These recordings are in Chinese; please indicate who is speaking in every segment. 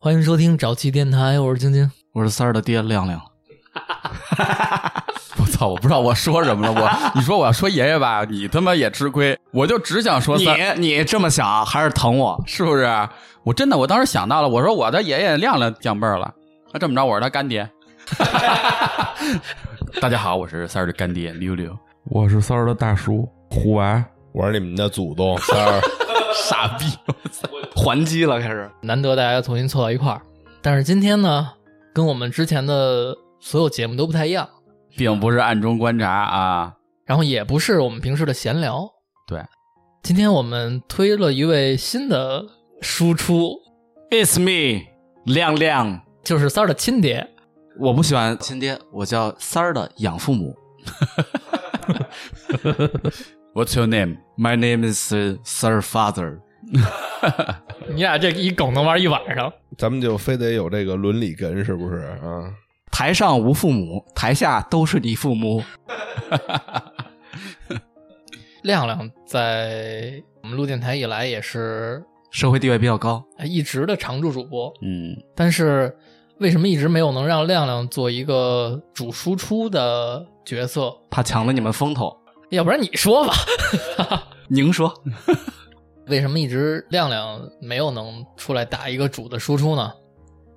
Speaker 1: 欢迎收听沼气电台，我是晶晶。
Speaker 2: 我是三儿的爹亮亮。 我操！我不知道我说什么了。我你说我要说爷爷吧，你他妈也吃亏。我就只想说
Speaker 3: 你
Speaker 2: 三，
Speaker 3: 你这么想啊还是疼我？
Speaker 2: 是不是？我真的，我当时想到了，我说我的爷爷亮亮降辈儿了。那这么着，我是他干爹。 大家好，我是三儿的干爹溜溜。
Speaker 4: 我是三儿的大叔胡娃，
Speaker 5: 我是你们的祖宗三 儿，
Speaker 2: 傻逼！
Speaker 3: 还击了开始。
Speaker 1: 难得大家重新凑到一块儿，但是今天呢，跟我们之前的所有节目都不太一样，
Speaker 2: 并不是暗中观察啊，
Speaker 1: 然后也不是我们平时的闲聊。
Speaker 2: 对，
Speaker 1: 今天我们推了一位新的输出，
Speaker 3: It's me，亮亮。
Speaker 1: 就是三儿的亲爹。
Speaker 3: 我不喜欢亲爹，我叫三儿的养父母。
Speaker 2: What's your name？uh,
Speaker 3: My name is Sir Father。
Speaker 1: 你俩这一梗能玩一晚上。
Speaker 5: 咱们就非得有这个伦理根，是不是啊？
Speaker 3: 台上无父母，台下都是你父母。
Speaker 1: 亮亮在我们录电台以来也是哎
Speaker 3: 社会地位比较高，
Speaker 1: 一直的常驻主播，
Speaker 2: 嗯，
Speaker 1: 但是为什么一直没有能让亮亮做一个主输出的角色？
Speaker 3: 怕抢了你们风头。
Speaker 1: 要不然你说吧，
Speaker 3: 您说，
Speaker 1: 为什么一直亮亮没有能出来打一个主的输出呢？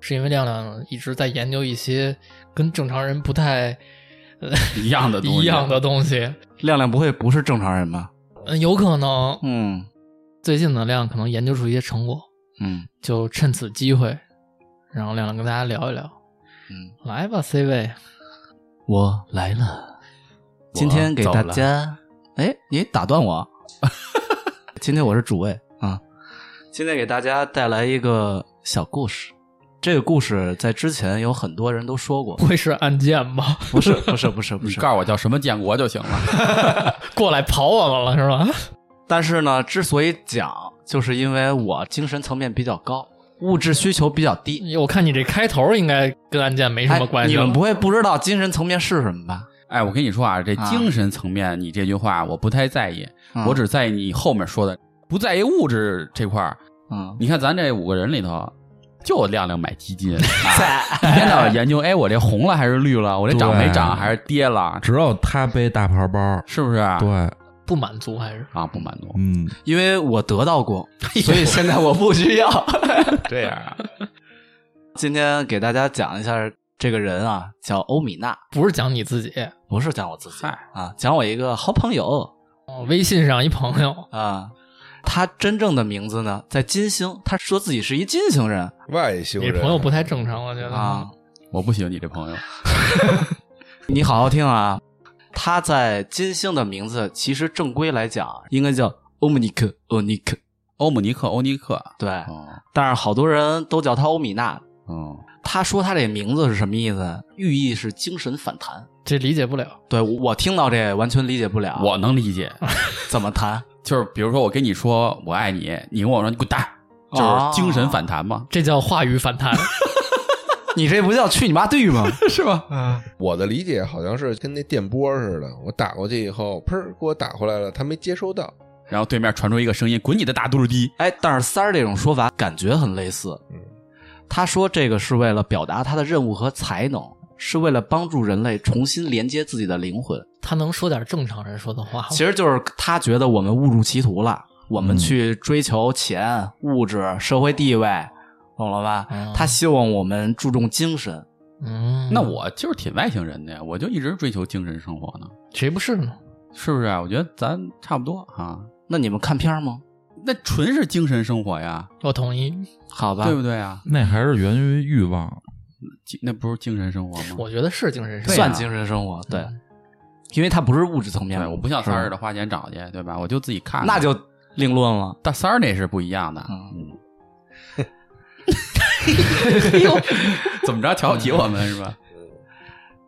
Speaker 1: 是因为亮亮一直在研究一些跟正常人不太
Speaker 2: 一样的 东西，
Speaker 1: 一样的东西，
Speaker 3: 亮亮不会不是正常人吧？
Speaker 1: 嗯，有可能
Speaker 3: 嗯
Speaker 1: 最近呢，亮亮可能研究出一些成果，
Speaker 3: 嗯，
Speaker 1: 就趁此机会，然后亮亮跟大家聊一聊。
Speaker 3: 嗯，
Speaker 1: 来吧，C 位，
Speaker 3: 我来了。今天给大家，哎，你打断 我。今天我是主位啊，今天给大家带来一个小故事。这个故事在之前有很多人都说过
Speaker 1: 不，会是案件吧？
Speaker 3: 不 是不是不是不
Speaker 2: 你
Speaker 3: 是。
Speaker 2: 告诉我叫什么建国就行了。
Speaker 1: 过来刨我们了是吧？
Speaker 3: 但是呢，之所以讲，就是因为我精神层面比较高，物质需求比较低。
Speaker 1: 我看你这开头应该跟案件没什么关系
Speaker 3: 哎
Speaker 1: 了。
Speaker 3: 你们不会不知道精神层面是什么吧？
Speaker 2: 哎，我跟你说啊，这
Speaker 3: 啊
Speaker 2: 精神层面，你这句话我不太在意，
Speaker 3: 嗯
Speaker 2: 我只在意你后面说的，不在意物质这块儿。
Speaker 3: 嗯，
Speaker 2: 你看咱这五个人里头，就亮亮买基金，啊、
Speaker 3: 在
Speaker 2: 一天到晚研究，哎，我这红了还是绿了？我这涨没涨
Speaker 4: 对
Speaker 2: 还是跌了？
Speaker 4: 只有他背大牌包。
Speaker 2: 是不是？啊
Speaker 4: 对，
Speaker 1: 不满足还是
Speaker 2: 啊，不满足。
Speaker 4: 嗯，
Speaker 3: 因为我得到 过，所以现在我不需要。
Speaker 5: 这样啊，
Speaker 3: 今天给大家讲一下这个人啊，叫欧米娜，
Speaker 1: 不是讲你自己？
Speaker 3: 不是讲我自己
Speaker 2: 嗨
Speaker 3: 啊，讲我一个好朋友
Speaker 1: 哦微信上一朋友，
Speaker 3: 啊。他真正的名字呢，在金星，他说自己是一金星人
Speaker 5: 外星
Speaker 1: 你
Speaker 5: 人
Speaker 1: 朋友不太正常，我觉得。
Speaker 2: 嗯
Speaker 3: 啊。
Speaker 2: 我不喜欢你这朋友。
Speaker 3: 你好好听啊，他在金星的名字其实正规来讲应该叫欧姆尼克欧尼克，
Speaker 2: 欧姆尼克，欧尼克。
Speaker 3: 对，
Speaker 2: 哦，
Speaker 3: 但是好多人都叫他欧米娜。
Speaker 2: 嗯，
Speaker 3: 他说他这名字是什么意思？寓意是精神反弹。
Speaker 1: 这理解不了。
Speaker 3: 对我我听到这完全理解不了，
Speaker 2: 我能理解。
Speaker 3: 怎么谈？
Speaker 2: 就是比如说，我跟你说我爱你，你跟我说你滚蛋，
Speaker 3: 哦
Speaker 2: 就是精神反弹嘛，
Speaker 1: 这叫话语反弹，
Speaker 3: 你这不叫去你妈地狱吗？
Speaker 2: 是吧？
Speaker 1: 啊
Speaker 5: 我的理解好像是跟那电波似的，我打过去以后，砰，给我打回来了，他没接收到。
Speaker 2: 然后对面传出一个声音：“滚你的大肚子低
Speaker 3: 哎，但是三儿这种说法感觉很类似。
Speaker 5: 嗯
Speaker 3: 他说这个是为了表达他的任务和才能，是为了帮助人类重新连接自己的灵魂。
Speaker 1: 他能说点正常人说的话吗？
Speaker 3: 其实就是他觉得我们误入歧途了，我们
Speaker 4: 嗯
Speaker 3: 去追求钱、物质、社会地位，懂了吧？
Speaker 2: 哦
Speaker 1: 嗯
Speaker 3: 他希望我们注重精神。
Speaker 1: 嗯，
Speaker 2: 那我就是挺外星人的呀，我就一直追求精神生活呢，
Speaker 1: 谁不是呢？
Speaker 2: 是不是啊？我觉得咱差不多啊，
Speaker 3: 那你们看片儿吗？
Speaker 2: 那纯是精神生活呀，
Speaker 1: 我同意，
Speaker 3: 好吧
Speaker 2: 对，不对啊？
Speaker 4: 那还是源于欲望。
Speaker 2: 精那不是精神生活吗？
Speaker 1: 我觉得是精神上
Speaker 2: 对啊啊
Speaker 3: 算精神生活，对，因为它不是物质层面
Speaker 2: 对，
Speaker 3: 嘛，
Speaker 2: 我不像三儿似
Speaker 3: 的，
Speaker 2: 的花钱找去，对吧？我就自己看看，
Speaker 3: 那就另论了。
Speaker 2: 大三儿那是不一样的。
Speaker 3: 嗯
Speaker 2: 嗯， 哎怎么着瞧不起我们是吧？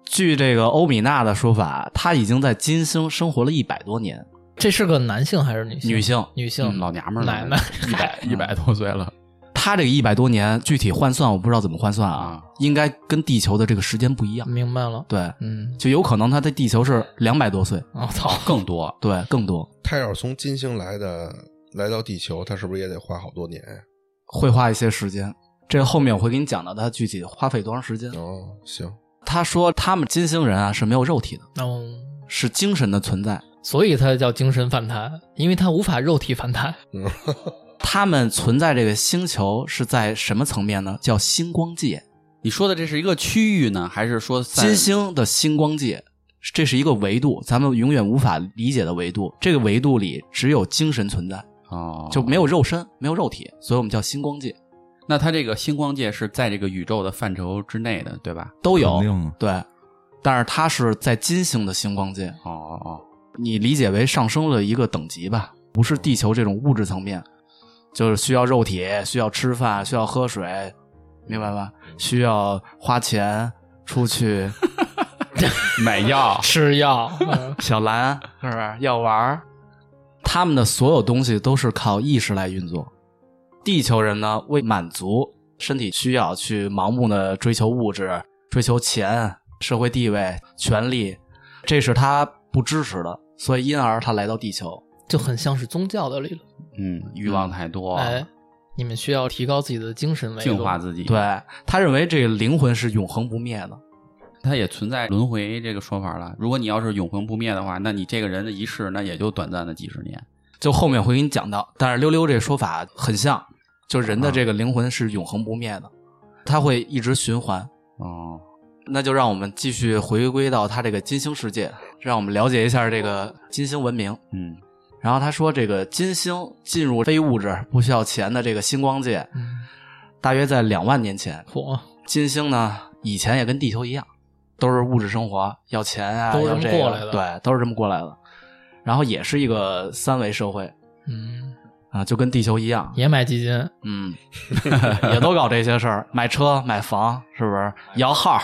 Speaker 3: 据这个欧米娜的说法，她已经在金星生活了一百多年，
Speaker 1: 这是个男性还是女性？
Speaker 3: 女性。
Speaker 1: 女性
Speaker 2: 嗯老娘们儿
Speaker 1: 奶
Speaker 2: 了
Speaker 1: 奶，
Speaker 2: 一百嗯一百多岁了，
Speaker 3: 她这个一百多年，具体换算我不知道怎么换算啊
Speaker 2: 啊，
Speaker 3: 应该跟地球的这个时间不一样。
Speaker 1: 明白了。
Speaker 3: 对，
Speaker 1: 嗯，
Speaker 3: 就有可能她在地球是两百多岁，
Speaker 1: 我、操，
Speaker 2: 哦更多。
Speaker 3: 对，更多
Speaker 5: 他要是从金星来的，来到地球，他是不是也得花好多年？
Speaker 3: 会花一些时间。这后面我会给你讲到他具体花费多长时间。
Speaker 5: 哦，行，
Speaker 3: 他说他们金星人啊是没有肉体的，
Speaker 1: 嗯，
Speaker 3: 是精神的存在，
Speaker 1: 所以它叫精神反弹，因为它无法肉体反弹。
Speaker 3: 他们存在这个星球是在什么层面呢？叫星光界，
Speaker 2: 你说的这是一个区域呢，还是说在
Speaker 3: 金星的星光界，这是一个维度，咱们永远无法理解的维度。这个维度里只有精神存在，
Speaker 2: 哦，
Speaker 3: 就没有肉身，没有肉体，所以我们叫星光界，
Speaker 2: 那它这个星光界是在这个宇宙的范畴之内的，对吧？
Speaker 3: 都有
Speaker 4: 肯定啊
Speaker 3: 对，但是它是在金星的星光界，
Speaker 2: 哦哦哦，
Speaker 3: 你理解为上升了一个等级吧，不是地球这种物质层面，就是需要肉体，需要吃饭，需要喝水，明白吧？需要花钱出去
Speaker 2: 买 药
Speaker 1: 吃药，嗯
Speaker 3: 小蓝是不是要玩儿？他们的所有东西都是靠意识来运作。地球人呢，为满足身体需要，去盲目的追求物质、追求钱、社会地位、权利，这是他不支持的，所以因而他来到地球。
Speaker 1: 就很像是宗教的理论。
Speaker 2: 嗯，欲望太多，
Speaker 1: 哎，你们需要提高自己的精神维度，
Speaker 2: 净化自己。，
Speaker 3: 对他认为这个灵魂是永恒不灭的，
Speaker 2: 它也存在轮回这个说法了。如果你要是永恒不灭的话，那你这个人的一世，那也就短暂的几十年。
Speaker 3: 就后面会给你讲到。但是溜溜这说法很像，就人的这个灵魂是永恒不灭的，它会一直循环。
Speaker 2: 哦，
Speaker 3: 那就让我们继续回归到他这个金星世界，让我们了解一下这个金星文明。
Speaker 2: 嗯，
Speaker 3: 然后他说，这个金星进入非物质、不需要钱的这个星光界，
Speaker 1: 嗯，
Speaker 3: 大约在两万年前。
Speaker 1: 火
Speaker 3: 金星呢，以前也跟地球一样，都是物质生活，要钱啊，
Speaker 1: 都是
Speaker 3: 要
Speaker 1: 这么
Speaker 3: 个
Speaker 1: 过来的
Speaker 3: 对，都是这么过来的。然后也是一个三维社会
Speaker 1: 嗯，
Speaker 3: 啊，就跟地球一样，
Speaker 1: 也买基金，
Speaker 3: 嗯，也都搞这些事儿，买车、买房，是不
Speaker 2: 哎
Speaker 3: 是？摇号，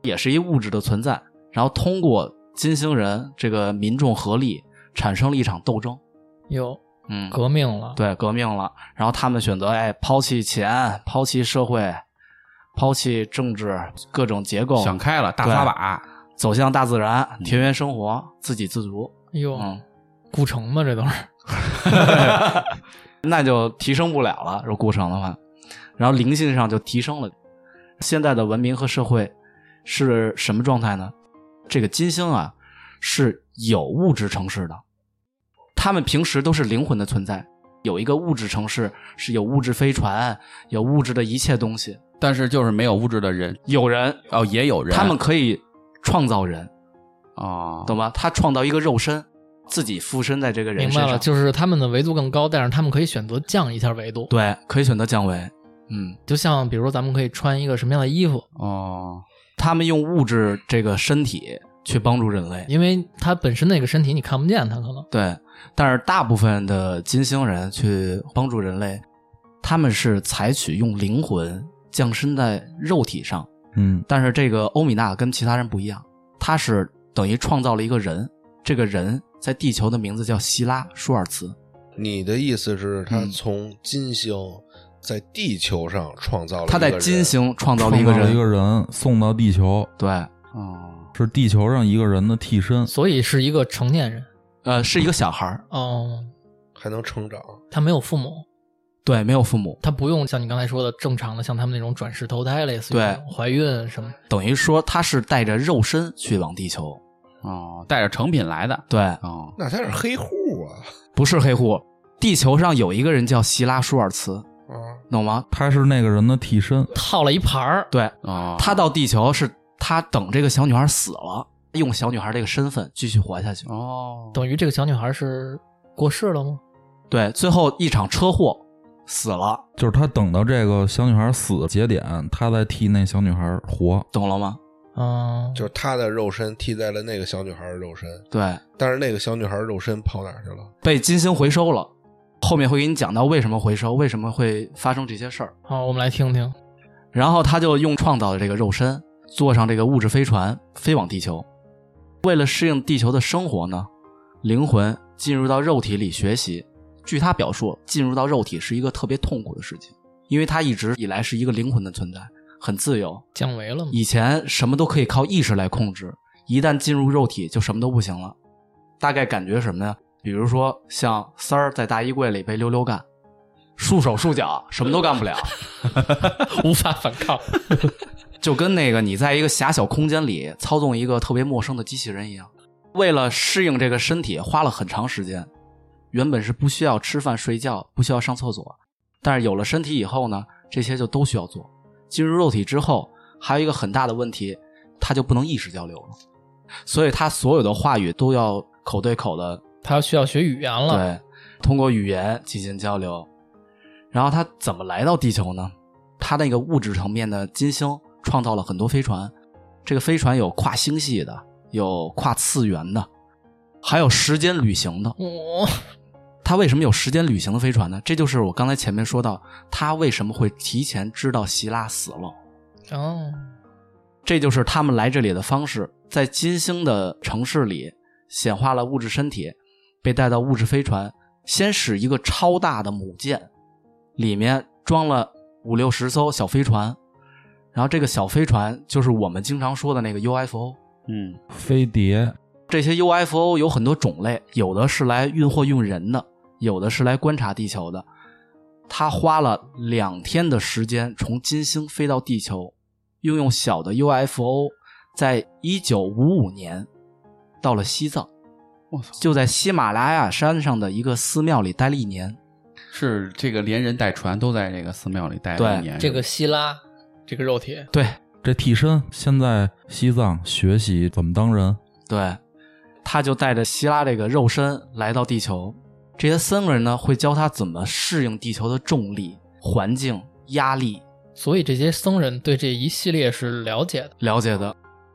Speaker 3: 也是一物质的存在。然后通过金星人这个民众合力，产生了一场斗争，
Speaker 1: 又
Speaker 3: 嗯，
Speaker 1: 革命了，
Speaker 3: 对，革命了。然后他们选择哎，抛弃钱，抛弃社会，抛弃政治各种结构，
Speaker 2: 想开了，嗯大撒把。
Speaker 3: 走向大自然，田园生活，自给自足，
Speaker 1: 哟，
Speaker 3: 嗯，
Speaker 1: 顾哎城嘛，这都是
Speaker 3: 那就提升不了了。如果顾城的话，然后灵性上就提升了。现在的文明和社会是什么状态呢？这个金星啊是有物质城市的，他们平时都是灵魂的存在，有一个物质城市是有物质飞船，有物质的一切东西，
Speaker 2: 但是就是没有物质的人，
Speaker 3: 有人，
Speaker 2: 哦，也有人，
Speaker 3: 他们可以创造人，
Speaker 2: 哦，
Speaker 3: 懂吗？他创造一个肉身，自己附身在这个人
Speaker 1: 明
Speaker 3: 身
Speaker 1: 白
Speaker 3: 上
Speaker 1: 了，，就是他们的维度更高，但是他们可以选择降一下维度。
Speaker 3: 对，可以选择降维，嗯。
Speaker 1: 就像比如说，咱们可以穿一个什么样的衣服，
Speaker 2: 哦，
Speaker 3: 他们用物质这个身体去帮助人类，
Speaker 1: 因为它本身那个身体你看不见它，可能
Speaker 3: 对。但是大部分的金星人去帮助人类，他们是采取用灵魂降身在肉体上，
Speaker 4: 嗯，
Speaker 3: 但是这个欧米娜跟其他人不一样，他是等于创造了一个人，这个人在地球的名字叫希拉舒尔茨，
Speaker 5: 你的意思是，他
Speaker 3: 嗯
Speaker 5: 从金星在地球上创造了
Speaker 3: 他在
Speaker 5: 一个人
Speaker 3: 金星创造
Speaker 4: 创
Speaker 3: 了
Speaker 4: 造
Speaker 3: 一个人，
Speaker 4: 一个人送到地球，
Speaker 3: 对，
Speaker 2: 哦，
Speaker 4: 是地球上一个人的替
Speaker 3: 嗯
Speaker 4: 身。
Speaker 1: 所以是一个成年人
Speaker 3: 呃，是一个小孩儿，
Speaker 1: 哦，
Speaker 5: 还能成长，
Speaker 1: 他没有父母，
Speaker 3: 对，没有父母，
Speaker 1: 他不用像你刚才说的正常的像他们那种转世投胎，类似于
Speaker 3: 对
Speaker 1: 这种怀孕什么的。
Speaker 3: 等于说他是带着肉身去往地球，
Speaker 2: 哦，带着成品来的，
Speaker 3: 对，
Speaker 2: 哦，
Speaker 5: 那他是黑户啊
Speaker 3: 不是黑户，地球上有一个人叫希拉舒尔茨，
Speaker 5: 啊！
Speaker 3: 懂吗？
Speaker 4: 他是那个人的替身，
Speaker 1: 套了一盘儿，
Speaker 3: 对，
Speaker 2: 哦，
Speaker 3: 他到地球是他等这个小女孩死了，用小女孩这个身份继续活下去。
Speaker 2: 哦，
Speaker 1: 等于这个小女孩是过世了吗？
Speaker 3: 对，最后一场车祸死了，
Speaker 4: 就是他等到这个小女孩死节点，他再替那小女孩活。
Speaker 3: 懂了吗？
Speaker 1: 嗯，
Speaker 5: 就是他的肉身替代了那个小女孩的肉身，
Speaker 3: 对，
Speaker 5: 但是那个小女孩的肉身跑哪儿去了？
Speaker 3: 被金星回收了。后面会给你讲到为什么回收，为什么会发生这些事儿。
Speaker 1: 好，我们来听听。
Speaker 3: 然后他就用创造的这个肉身，坐上这个物质飞船飞往地球。为了适应地球的生活呢，灵魂进入到肉体里学习。据他表述，进入到肉体是一个特别痛苦的事情，因为他一直以来是一个灵魂的存在，很自由。
Speaker 1: 降维了吗？
Speaker 3: 以前什么都可以靠意识来控制，一旦进入肉体就什么都不行了。大概感觉什么呀？比如说像三儿在大衣柜里被溜溜干，束手束脚，什么都干不了，
Speaker 1: 无法反抗。
Speaker 3: 就跟那个你在一个狭小空间里操纵一个特别陌生的机器人一样。为了适应这个身体，花了很长时间。原本是不需要吃饭、睡觉，不需要上厕所，但是有了身体以后呢，这些就都需要做。进入肉体之后，还有一个很大的问题，他就不能意识交流了，所以他所有的话语都要口对口的
Speaker 1: 他需要学语言了，
Speaker 3: 对，通过语言进行交流。然后他怎么来到地球呢？他那个物质层面的金星创造了很多飞船，这个飞船有跨星系的，有跨次元的，还有时间旅行的。
Speaker 1: 哦，
Speaker 3: 他为什么有时间旅行的飞船呢？这就是我刚才前面说到，他为什么会提前知道希拉死了，
Speaker 1: 哦，
Speaker 3: 这就是他们来这里的方式。在金星的城市里显化了物质身体，被带到物质飞船，先使一个超大的母舰，里面装了五六十艘小飞船，然后这个小飞船就是我们经常说的那个 UFO。
Speaker 2: 嗯，
Speaker 4: 飞碟，
Speaker 3: 这些 UFO 有很多种类，有的是来运货用人的，有的是来观察地球的。他花了两天的时间从金星飞到地球，运用小的 UFO，在一九五五年到了西藏，
Speaker 2: 我操，
Speaker 3: 就在喜马拉雅山上的一个寺庙里待了一年。
Speaker 2: 是这个连人带船都在这个寺庙里待了
Speaker 3: 对
Speaker 2: 一年，
Speaker 1: 这个希拉，这个肉体，
Speaker 3: 对
Speaker 4: 这替身先在西藏学习怎么当人，
Speaker 3: 对，他就带着希拉这个肉身来到地球。这些僧人呢，会教他怎么适应地球的重力、环境、压力
Speaker 1: 所以这些僧人对这一系列是了解的。
Speaker 3: 了解的。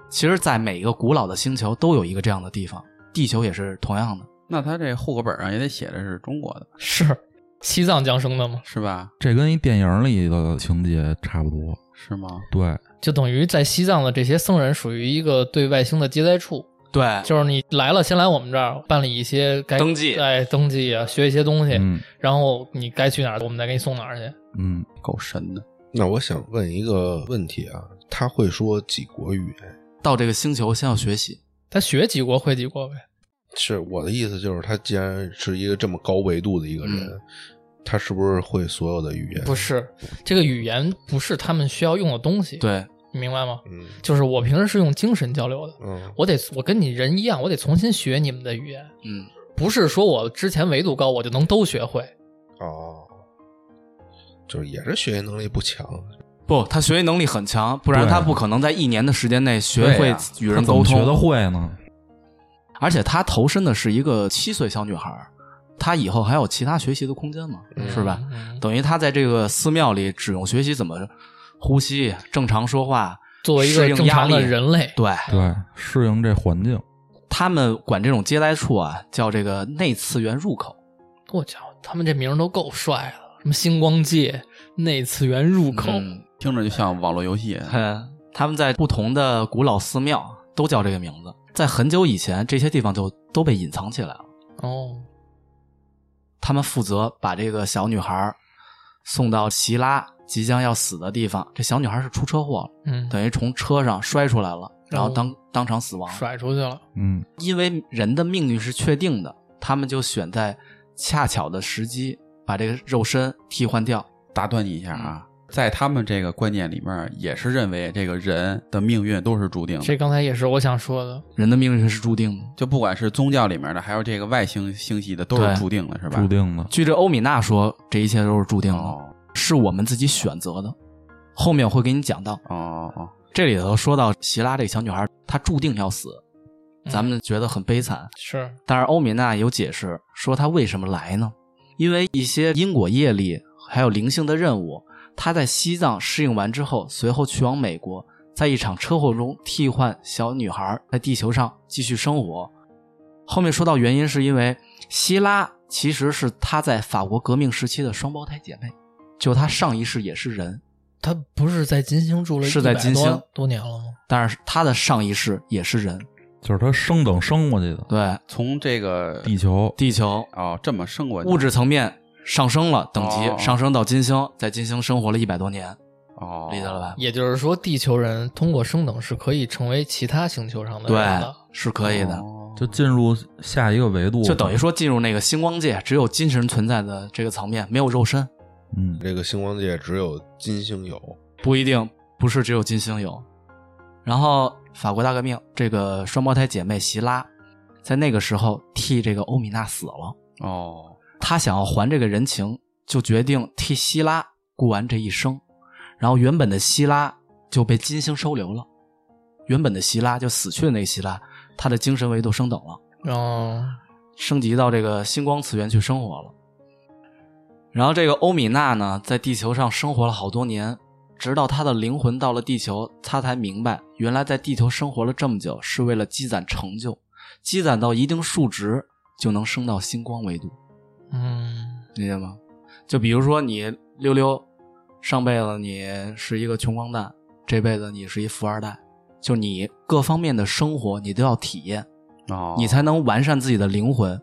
Speaker 3: 其实，在每一个古老的星球都有一个这样的地方，地球也是同样的。
Speaker 2: 那他这户口本上也得写的是中国的，
Speaker 1: 是西藏降生的吗？
Speaker 2: 是吧？
Speaker 4: 这跟一电影里的情节差不多。
Speaker 2: 是吗？
Speaker 4: 对，
Speaker 1: 就等于在西藏的这些僧人属于一个对外星的接待处，
Speaker 3: 对
Speaker 1: 就是你来了，先来我们这儿办理一些该
Speaker 3: 登记
Speaker 1: 哎，登记啊，学一些东西，
Speaker 4: 嗯
Speaker 1: 然后你该去哪儿，我们再给你送哪儿去。
Speaker 4: 嗯，
Speaker 2: 够神的，
Speaker 5: 那我想问一个问题啊，他会说几国语言？
Speaker 3: 到这个星球先要学习，
Speaker 1: 他学几国会几国呗，
Speaker 5: 是我的意思就是，他既然是一个这么高维度的一个人，
Speaker 3: 嗯
Speaker 5: 他是不是会所有的语言？
Speaker 1: 不，是这个语言不是他们需要用的东西，，
Speaker 3: 对
Speaker 1: 你明白吗？
Speaker 5: 嗯
Speaker 1: 就是我平时是用精神交流的，
Speaker 5: 嗯，
Speaker 1: 我得我跟你人一样，我得重新学你们的语言，
Speaker 3: 嗯，
Speaker 1: 不是说我之前维度高我就能都学会，
Speaker 5: 哦，就是也是学习能力不强，
Speaker 3: 不，他学习能力很强，不然
Speaker 4: 对啊
Speaker 3: 他不可能在一年的时间内学
Speaker 2: 对
Speaker 3: 会
Speaker 2: 呀
Speaker 3: 与人
Speaker 4: 他怎
Speaker 3: 沟
Speaker 4: 么学
Speaker 3: 通。
Speaker 4: 得会呢？
Speaker 3: 而且他投身的是一个七岁小女孩儿，她以后还有其他学习的空间嘛，
Speaker 5: 嗯
Speaker 3: 是吧？
Speaker 1: 嗯，
Speaker 3: 等于她在这个寺庙里只用学习怎么呼吸、正常说话。
Speaker 1: 作为一
Speaker 3: 适
Speaker 1: 个
Speaker 3: 应
Speaker 1: 正常
Speaker 3: 压
Speaker 1: 的
Speaker 3: 力
Speaker 1: 人类，
Speaker 3: 对
Speaker 4: 对，适应这环境。
Speaker 3: 他们管这种接待处啊，叫这个内次元入口。
Speaker 1: 我家伙，他们这名儿都够帅了，什么星光界、内次元入口，
Speaker 3: 嗯
Speaker 2: 听着就像网络游戏。
Speaker 3: 嗯，他们在不同的古老寺庙都叫这个名字，在很久以前，这些地方就都被隐藏起来了。
Speaker 1: 哦，
Speaker 3: 他们负责把这个小女孩儿送到希拉即将要死的地方。这小女孩是出车祸了，
Speaker 1: 嗯，，
Speaker 3: 等于从车上摔出来了，然后当
Speaker 1: 哦
Speaker 3: 当场死亡。
Speaker 1: 甩出去了，
Speaker 4: 嗯，
Speaker 3: 因为人的命运是确定的，他们就选在恰巧的时机把这个肉身替换掉。
Speaker 2: 打断你一下啊，
Speaker 3: 嗯
Speaker 2: 在他们这个观念里面，也是认为这个人的命运都是注定
Speaker 1: 这
Speaker 2: 的。
Speaker 1: 刚才也是我想说的，
Speaker 3: 人的命运是注定的。
Speaker 2: 就不管是宗教里面的，还有这个外星星系的，都
Speaker 3: 对
Speaker 2: 是注定的，是吧？
Speaker 4: 注定的。
Speaker 3: 据这欧米娜说，这一切都是注定的，
Speaker 2: 哦
Speaker 3: 是我们自己选择的。后面我会给你讲到，
Speaker 2: 哦哦，
Speaker 3: 这里头说到希拉这个小女孩，她注定要死，
Speaker 1: 嗯
Speaker 3: 咱们觉得很悲惨。
Speaker 1: 是
Speaker 3: 但是欧米娜有解释说她为什么来呢？因为一些因果业力还有灵性的任务，她在西藏适应完之后，随后去往美国，在一场车祸中替换小女孩在地球上继续生活。后面说到原因是因为希拉其实是她在法国革命时期的双胞胎姐妹，就她上一世也是人，
Speaker 1: 他不是在金星住了
Speaker 3: 是在
Speaker 1: 100
Speaker 3: 金
Speaker 1: 多
Speaker 3: 星
Speaker 1: 多年了吗？
Speaker 3: 但是她的上一世也是人，
Speaker 4: 就是他升等升过去的
Speaker 3: 对
Speaker 2: 从这个
Speaker 4: 地球，
Speaker 3: 地球
Speaker 2: 哦这么升过去
Speaker 3: 物质层面上升了等级，
Speaker 2: 哦
Speaker 3: 上升到金星，在金星生活了一百多年，
Speaker 2: 哦，
Speaker 3: 理解了？吧？
Speaker 1: 也就是说，地球人通过升等是可以成为其他星球上的
Speaker 3: 对
Speaker 1: 人的，，
Speaker 3: 是可以的。
Speaker 2: 哦
Speaker 4: 就进入下一个维度，
Speaker 3: 就等于说进入那个星光界，只有精神存在的这个层面，没有肉身。
Speaker 4: 嗯，
Speaker 5: 这个星光界只有金星有，
Speaker 3: 不一定不是只有金星有。然后法国大革命，这个双胞胎姐妹席拉，在那个时候替这个欧米娜死了，
Speaker 2: 哦，
Speaker 3: 她想要还这个人情，就决定替希拉过完这一生。然后原本的希拉就被金星收留了，原本的希拉就死去的那个希拉，她的精神维度升等了。
Speaker 1: 哦，
Speaker 3: 升级到这个星光次元去生活了。然后这个欧米娜呢，在地球上生活了好多年，直到她的灵魂到了地球，她才明白，原来在地球生活了这么久，是为了积攒成就，积攒到一定数值就能升到星光维度，
Speaker 1: 嗯，
Speaker 3: 理解吗？就比如说你溜溜，上辈子你是一个穷光蛋，这辈子你是一富二代，就你各方面的生活你都要体验，
Speaker 2: 哦，
Speaker 3: 你才能完善自己的灵魂。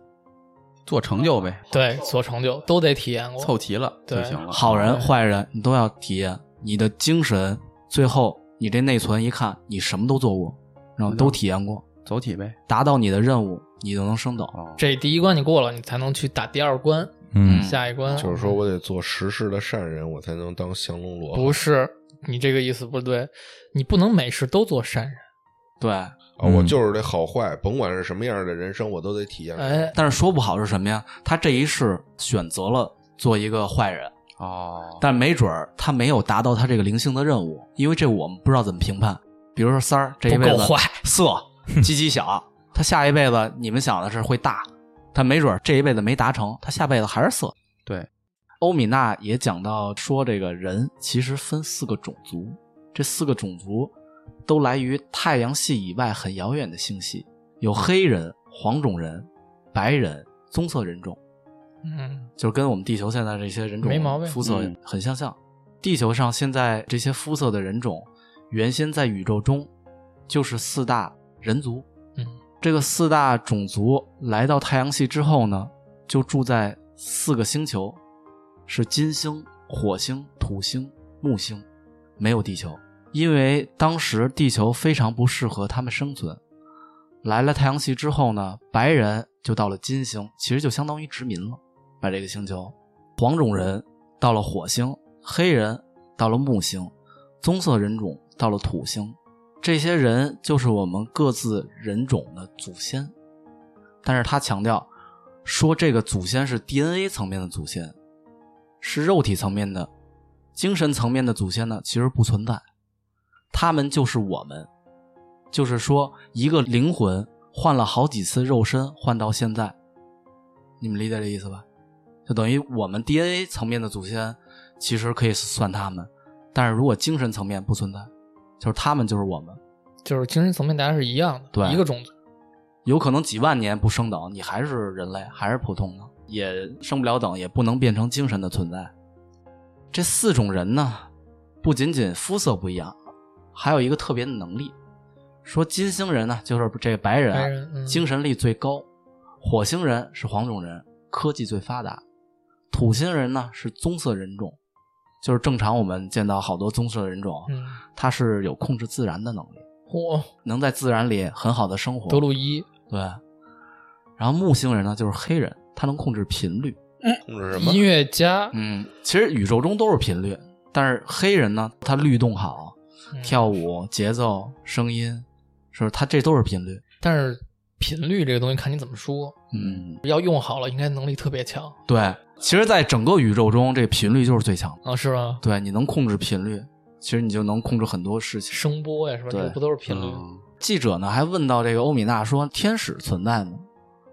Speaker 2: 做成就呗，
Speaker 1: 对，做成就都得体验过，
Speaker 2: 凑齐了就
Speaker 1: 哦对
Speaker 2: 行了。
Speaker 3: 好人
Speaker 1: 对
Speaker 3: 坏人你都要体验，你的精神，最后你这内存一看，你什么都做过，然后都体验过，
Speaker 2: 走起呗。
Speaker 3: 达到你的任务，你就能升等。
Speaker 2: 哦，
Speaker 1: 这第一关你过了，你才能去打第二关，
Speaker 4: 嗯
Speaker 1: 下一关
Speaker 5: 就是说我得做实事的善人，我才能当降龙罗汉。
Speaker 1: 不是你这个意思不对，你不能每事都做善人。
Speaker 3: 对，
Speaker 5: 啊，我就是得好坏，甭管是什么样的人生，我都得体验。
Speaker 1: 哎，
Speaker 3: 但是说不好是什么呀？他这一世选择了做一个坏人，
Speaker 2: 哦，
Speaker 3: 但没准儿他没有达到他这个灵性的任务，因为这我们不知道怎么评判。比如说三儿这一
Speaker 1: 不
Speaker 3: 辈
Speaker 1: 够
Speaker 3: 子
Speaker 1: 坏，
Speaker 3: 色，鸡鸡小，他下一辈子你们想的是会大，他没准儿这一辈子没达成，他下辈子还是色。
Speaker 2: 对，
Speaker 3: 欧米娜也讲到说，这个人其实分四个种族，这四个种族都来于太阳系以外很遥远的星系，有黑人、黄种人、白人、棕色人种，
Speaker 1: 嗯，
Speaker 3: 就是跟我们地球现在这些人种
Speaker 1: 没毛病
Speaker 3: 肤色
Speaker 2: 嗯
Speaker 3: 很相像。地球上现在这些肤色的人种，原先在宇宙中就是四大人族。
Speaker 1: 嗯，
Speaker 3: 这个四大种族来到太阳系之后呢，就住在四个星球，是金星、火星、土星、木星，没有地球，因为当时地球非常不适合他们生存。来了太阳系之后呢，白人就到了金星，其实就相当于殖民了，把啊这个星球。黄种人到了火星，黑人到了木星，棕色人种到了土星，这些人就是我们各自人种的祖先。但是他强调说，这个祖先是 DNA 层面的祖先，是肉体层面的，精神层面的祖先呢，其实不存在，他们就是我们。就是说，一个灵魂换了好几次肉身，换到现在，你们理解这意思吧？就等于我们 DNA 层面的祖先，其实可以算他们，但是如果精神层面不存在，就是他们就是我们。
Speaker 1: 就是精神层面大家是一样的，
Speaker 3: 对
Speaker 1: 一个种族。
Speaker 3: 有可能几万年不升等，你还是人类，还是普通的，也升不了等，也不能变成精神的存在。这四种人呢，不仅仅肤色不一样，还有一个特别的能力。说金星人呢，就是这个白人啊，
Speaker 1: 白人嗯
Speaker 3: 精神力最高；火星人是黄种人，科技最发达；土星人呢是棕色人种，就是正常我们见到好多棕色人种，
Speaker 1: 嗯，
Speaker 3: 它是有控制自然的能力，
Speaker 1: 嚯，
Speaker 3: 能在自然里很好的生活。
Speaker 1: 德鲁伊，
Speaker 3: 对，然后木星人呢就是黑人，他能控制频率。
Speaker 5: 控制什么
Speaker 1: 音？乐家，
Speaker 3: 嗯，其实宇宙中都是频率，但是黑人呢，他律动好，
Speaker 1: 嗯
Speaker 3: 跳舞、节奏、声音，是他这都是频率。
Speaker 1: 但是频率这个东西看你怎么说，
Speaker 3: 嗯，
Speaker 1: 要用好了，应该能力特别强
Speaker 3: 对，其实，在整个宇宙中，这频率就是最强的。
Speaker 1: 啊，是吧？
Speaker 3: 对，你能控制频率，其实你就能控制很多事情。
Speaker 1: 声波呀，是吧？
Speaker 3: 对
Speaker 1: 这不都是频率？
Speaker 2: 嗯
Speaker 3: 记者呢还问到这个欧米娜说：“天使存在吗？”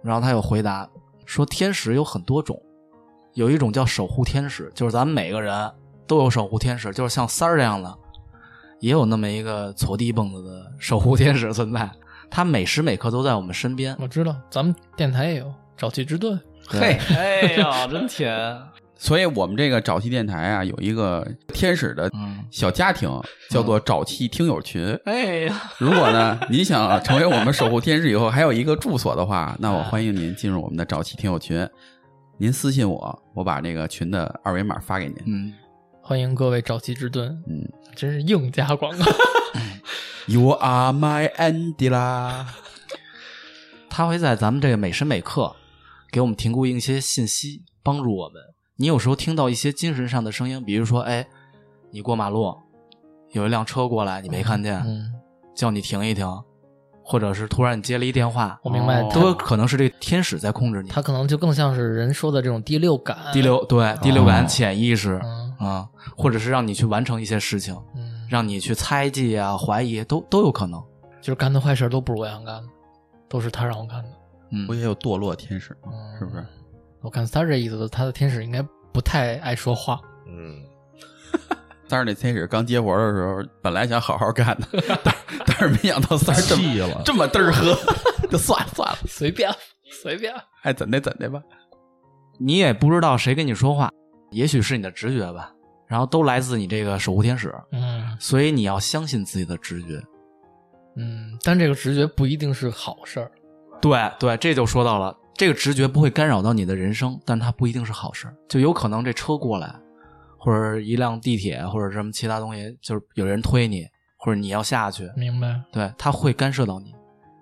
Speaker 3: 然后他有回答说：“天使有很多种，有一种叫守护天使，就是咱们每个人都有守护天使，就是像三儿这样的，也有那么一个矬地蹦子的守护天使存在，他每时每刻都在我们身边。
Speaker 1: 我知道，咱们电台也有沼气之盾，
Speaker 2: 嘿，
Speaker 3: 哎呀，真甜！
Speaker 2: 所以我们这个沼气电台啊，有一个天使的
Speaker 3: 嗯
Speaker 2: 小家庭，叫做沼气听友群。
Speaker 3: 哎呀，
Speaker 2: 如果呢，你想成为我们守护天使以后还有一个住所的话，那我欢迎您进入我们的沼气听友群。您私信我，我把那个群的二维码发给您。
Speaker 3: 嗯，
Speaker 1: 欢迎各位沼气之盾，
Speaker 2: 嗯，
Speaker 1: 真是硬加广告。
Speaker 2: You are my Andy 啦。
Speaker 3: 他会在咱们这个每时每刻给我们提供一些信息，帮助我们你有时候听到一些精神上的声音，比如说，哎，你过马路，有一辆车过来，你没看见，
Speaker 1: 嗯，
Speaker 3: 叫你停一停，或者是突然你接了一电话，
Speaker 1: 我明白
Speaker 2: 哦，
Speaker 1: 他
Speaker 3: 都有可能是这天使在控制你。
Speaker 1: 他可能就更像是人说的这种第六感，
Speaker 3: 第，六对第六感、潜意识
Speaker 1: 嗯
Speaker 3: 啊，或者是让你去完成一些事情，
Speaker 1: 嗯，
Speaker 3: 让你去猜忌啊、怀疑，都都有可能。
Speaker 1: 就是干的坏事都不是我想干的，都是他让我干的，
Speaker 3: 嗯
Speaker 2: 不，也有堕落天使吗？
Speaker 1: 嗯，
Speaker 2: 是不是？
Speaker 1: 我看他这意思，他的天使应该不太爱说话，
Speaker 5: 嗯，
Speaker 2: 三儿那天使刚接活的时候，本来想好好 干的，但是但是没想到
Speaker 3: 嗯
Speaker 2: 三儿这
Speaker 4: 气
Speaker 2: 么
Speaker 4: 了
Speaker 1: 啊
Speaker 2: 这么嘚儿喝， 就算了算了，
Speaker 1: 随便随便，
Speaker 2: 爱怎的怎的吧。
Speaker 3: 你也不知道谁跟你说话，也许是你的直觉吧，然后都来自你这个守护天使，
Speaker 1: 嗯
Speaker 3: 所以你要相信自己的直觉。
Speaker 1: 嗯，但这个直觉不一定是好事儿，
Speaker 3: 对对，这就说到了，这个直觉不会干扰到你的人生，但它不一定是好事儿，就有可能这车过来，或者一辆地铁，或者什么其他东西，就是有人推你，或者你要下去，
Speaker 1: 明白？
Speaker 3: 对，它会干涉到你，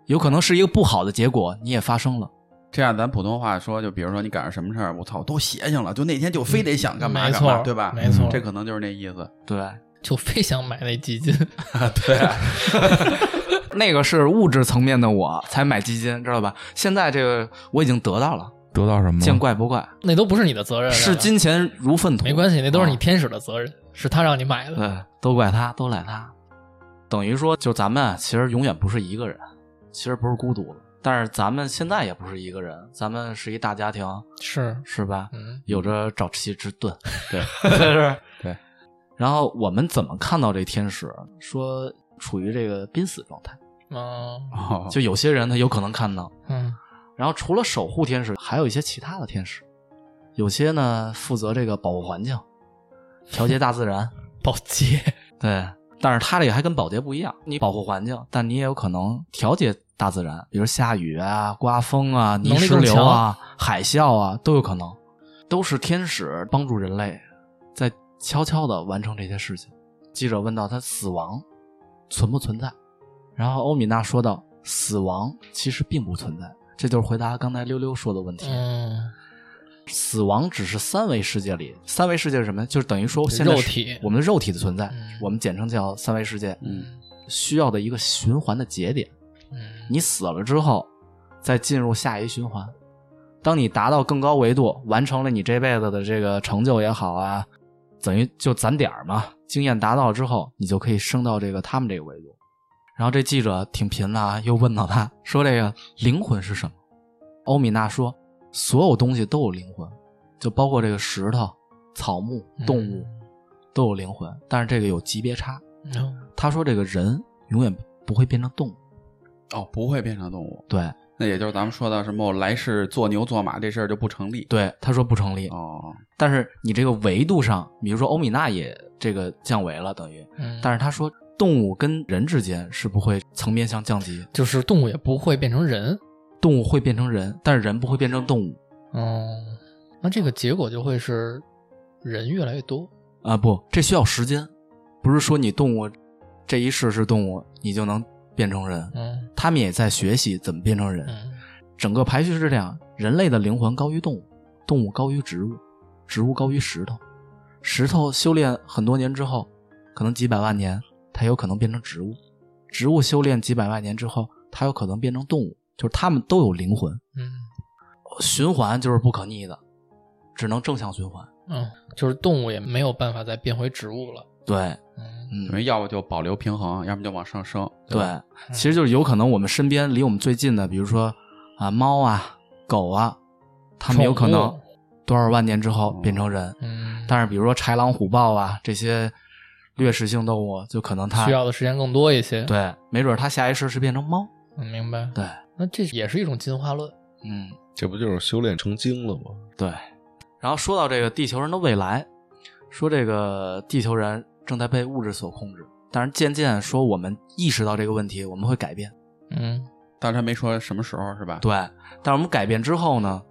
Speaker 3: 有可能是一个不好的结果，你也发生了。
Speaker 2: 这样咱普通话说，就比如说你赶上什么事儿，我操，我都邪性了，就那天就非得想干
Speaker 1: 嗯
Speaker 2: 嘛
Speaker 1: 没
Speaker 2: 干嘛，
Speaker 1: 错，
Speaker 2: 对吧？
Speaker 1: 没错，
Speaker 2: 这可能就是那意思。
Speaker 3: 对，
Speaker 1: 就非想买那基 金，
Speaker 2: 对啊，
Speaker 3: 那个是物质层面的我才买基金，知道吧？现在这个我已经得到了，
Speaker 4: 得到什么
Speaker 3: 见
Speaker 4: 了？
Speaker 3: 怪不怪，
Speaker 1: 那都不是你的责任，
Speaker 3: 视金钱如粪土，
Speaker 1: 没关系，那都是
Speaker 3: 啊嗯
Speaker 1: 你天使的责任，是他让你买的，
Speaker 3: 对，都怪他，都赖他。等于说，就咱们啊其实永远不是一个人，其实不是孤独的，但是咱们现在也不是一个人，咱们是一大家庭，
Speaker 1: 是，
Speaker 3: 是吧？
Speaker 1: 嗯，
Speaker 3: 有着找妻之盾，对， 是，
Speaker 2: 对。
Speaker 3: 然后我们怎么看到这天使？说处于这个濒死状态，
Speaker 1: 哦，
Speaker 2: 哦
Speaker 3: 就有些人他有可能看到。
Speaker 1: 嗯
Speaker 3: 然后除了守护天使，还有一些其他的天使，有些呢负责这个保护环境，调节大自然，
Speaker 1: 保洁，
Speaker 3: 对，但是它这个还跟保洁不一样，你保护环境，但你也有可能调节大自然，比如下雨啊、刮风啊、泥
Speaker 1: 能力
Speaker 3: 石
Speaker 1: 更
Speaker 3: 流
Speaker 1: 强
Speaker 3: 啊、海啸啊，都有可能，都是天使帮助人类在悄悄地完成这些事情。记者问到他死亡存不存在，然后欧米娜说道：“死亡其实并不存在。”这就是回答刚才溜溜说的问题。
Speaker 1: 嗯，
Speaker 3: 死亡只是三维世界里，三维世界是什么呢？就是等于说现在
Speaker 1: 肉
Speaker 3: 是
Speaker 1: 体
Speaker 3: 我们的肉体的存在，
Speaker 1: 嗯
Speaker 3: 我们简称叫三维世界，
Speaker 2: 嗯，
Speaker 3: 需要的一个循环的节点。
Speaker 1: 嗯，
Speaker 3: 你死了之后，再进入下一循环。当你达到更高维度，完成了你这辈子的这个成就也好啊，等于就攒点儿嘛，经验达到之后，你就可以升到这个他们这个维度。然后这记者挺贫的啊，又问到他说：“这个灵魂是什么？”欧米娜说：“所有东西都有灵魂，就包括这个石头、草木、动物、都有灵魂，但是这个有级别差。
Speaker 1: 嗯，
Speaker 3: 他说这个人永远不会变成动物，
Speaker 2: 哦，不会变成动物，
Speaker 3: 对，
Speaker 2: 那也就是咱们说到什么我来世做牛做马这事儿就不成立。
Speaker 3: 对，他说不成立。
Speaker 2: 哦，
Speaker 3: 但是你这个维度上，比如说欧米娜也这个降维了，等于，
Speaker 1: 嗯
Speaker 3: 但是他说动物跟人之间是不会层面上降级，
Speaker 1: 就是动物也不会变成人，
Speaker 3: 动物会变成人，但是人不会变成动物
Speaker 1: 嗯，那这个结果就会是人越来越多，
Speaker 3: 啊、不，这需要时间，不是说你动物这一世是动物，你就能变成人。
Speaker 1: 嗯
Speaker 3: 他们也在学习怎么变成人。
Speaker 1: 嗯
Speaker 3: 整个排序是这样：人类的灵魂高于动物，动物高于植物，植物高于石头。石头修炼很多年之后，可能几百万年，它有可能变成植物；植物修炼几百万年之后，它有可能变成动物。就是它们都有灵魂，
Speaker 1: 嗯
Speaker 3: 循环就是不可逆的，只能正向循环。
Speaker 1: 嗯，就是动物也没有办法再变回植物了，
Speaker 3: 对，
Speaker 1: 嗯
Speaker 3: 嗯
Speaker 2: 等，于要不就保留平衡，要么就往上升。吧，
Speaker 3: 对，其实就是有可能我们身边离我们最近的，比如说啊猫啊、狗啊，它们有可
Speaker 1: 宠
Speaker 3: 能
Speaker 1: 物哦
Speaker 3: 多少万年之后变成人。
Speaker 1: 嗯，
Speaker 3: 但是比如说豺狼、虎豹啊这些掠食性动物，就可能它
Speaker 1: 需要的时间更多一些，，
Speaker 3: 对，没准它下一世是变成猫。
Speaker 1: 嗯、明白？
Speaker 3: 对，
Speaker 1: 那这也是一种进化论，
Speaker 3: 嗯，
Speaker 5: 这不就是修炼成精了吗？
Speaker 3: 对。然后说到这个地球人的未来，说这个地球人正在被物质所控制，但是渐渐说我们意识到这个问题，我们会改变。
Speaker 1: 嗯
Speaker 2: 但是他没说什么时候是吧？
Speaker 3: 对，但是我们改变之后呢，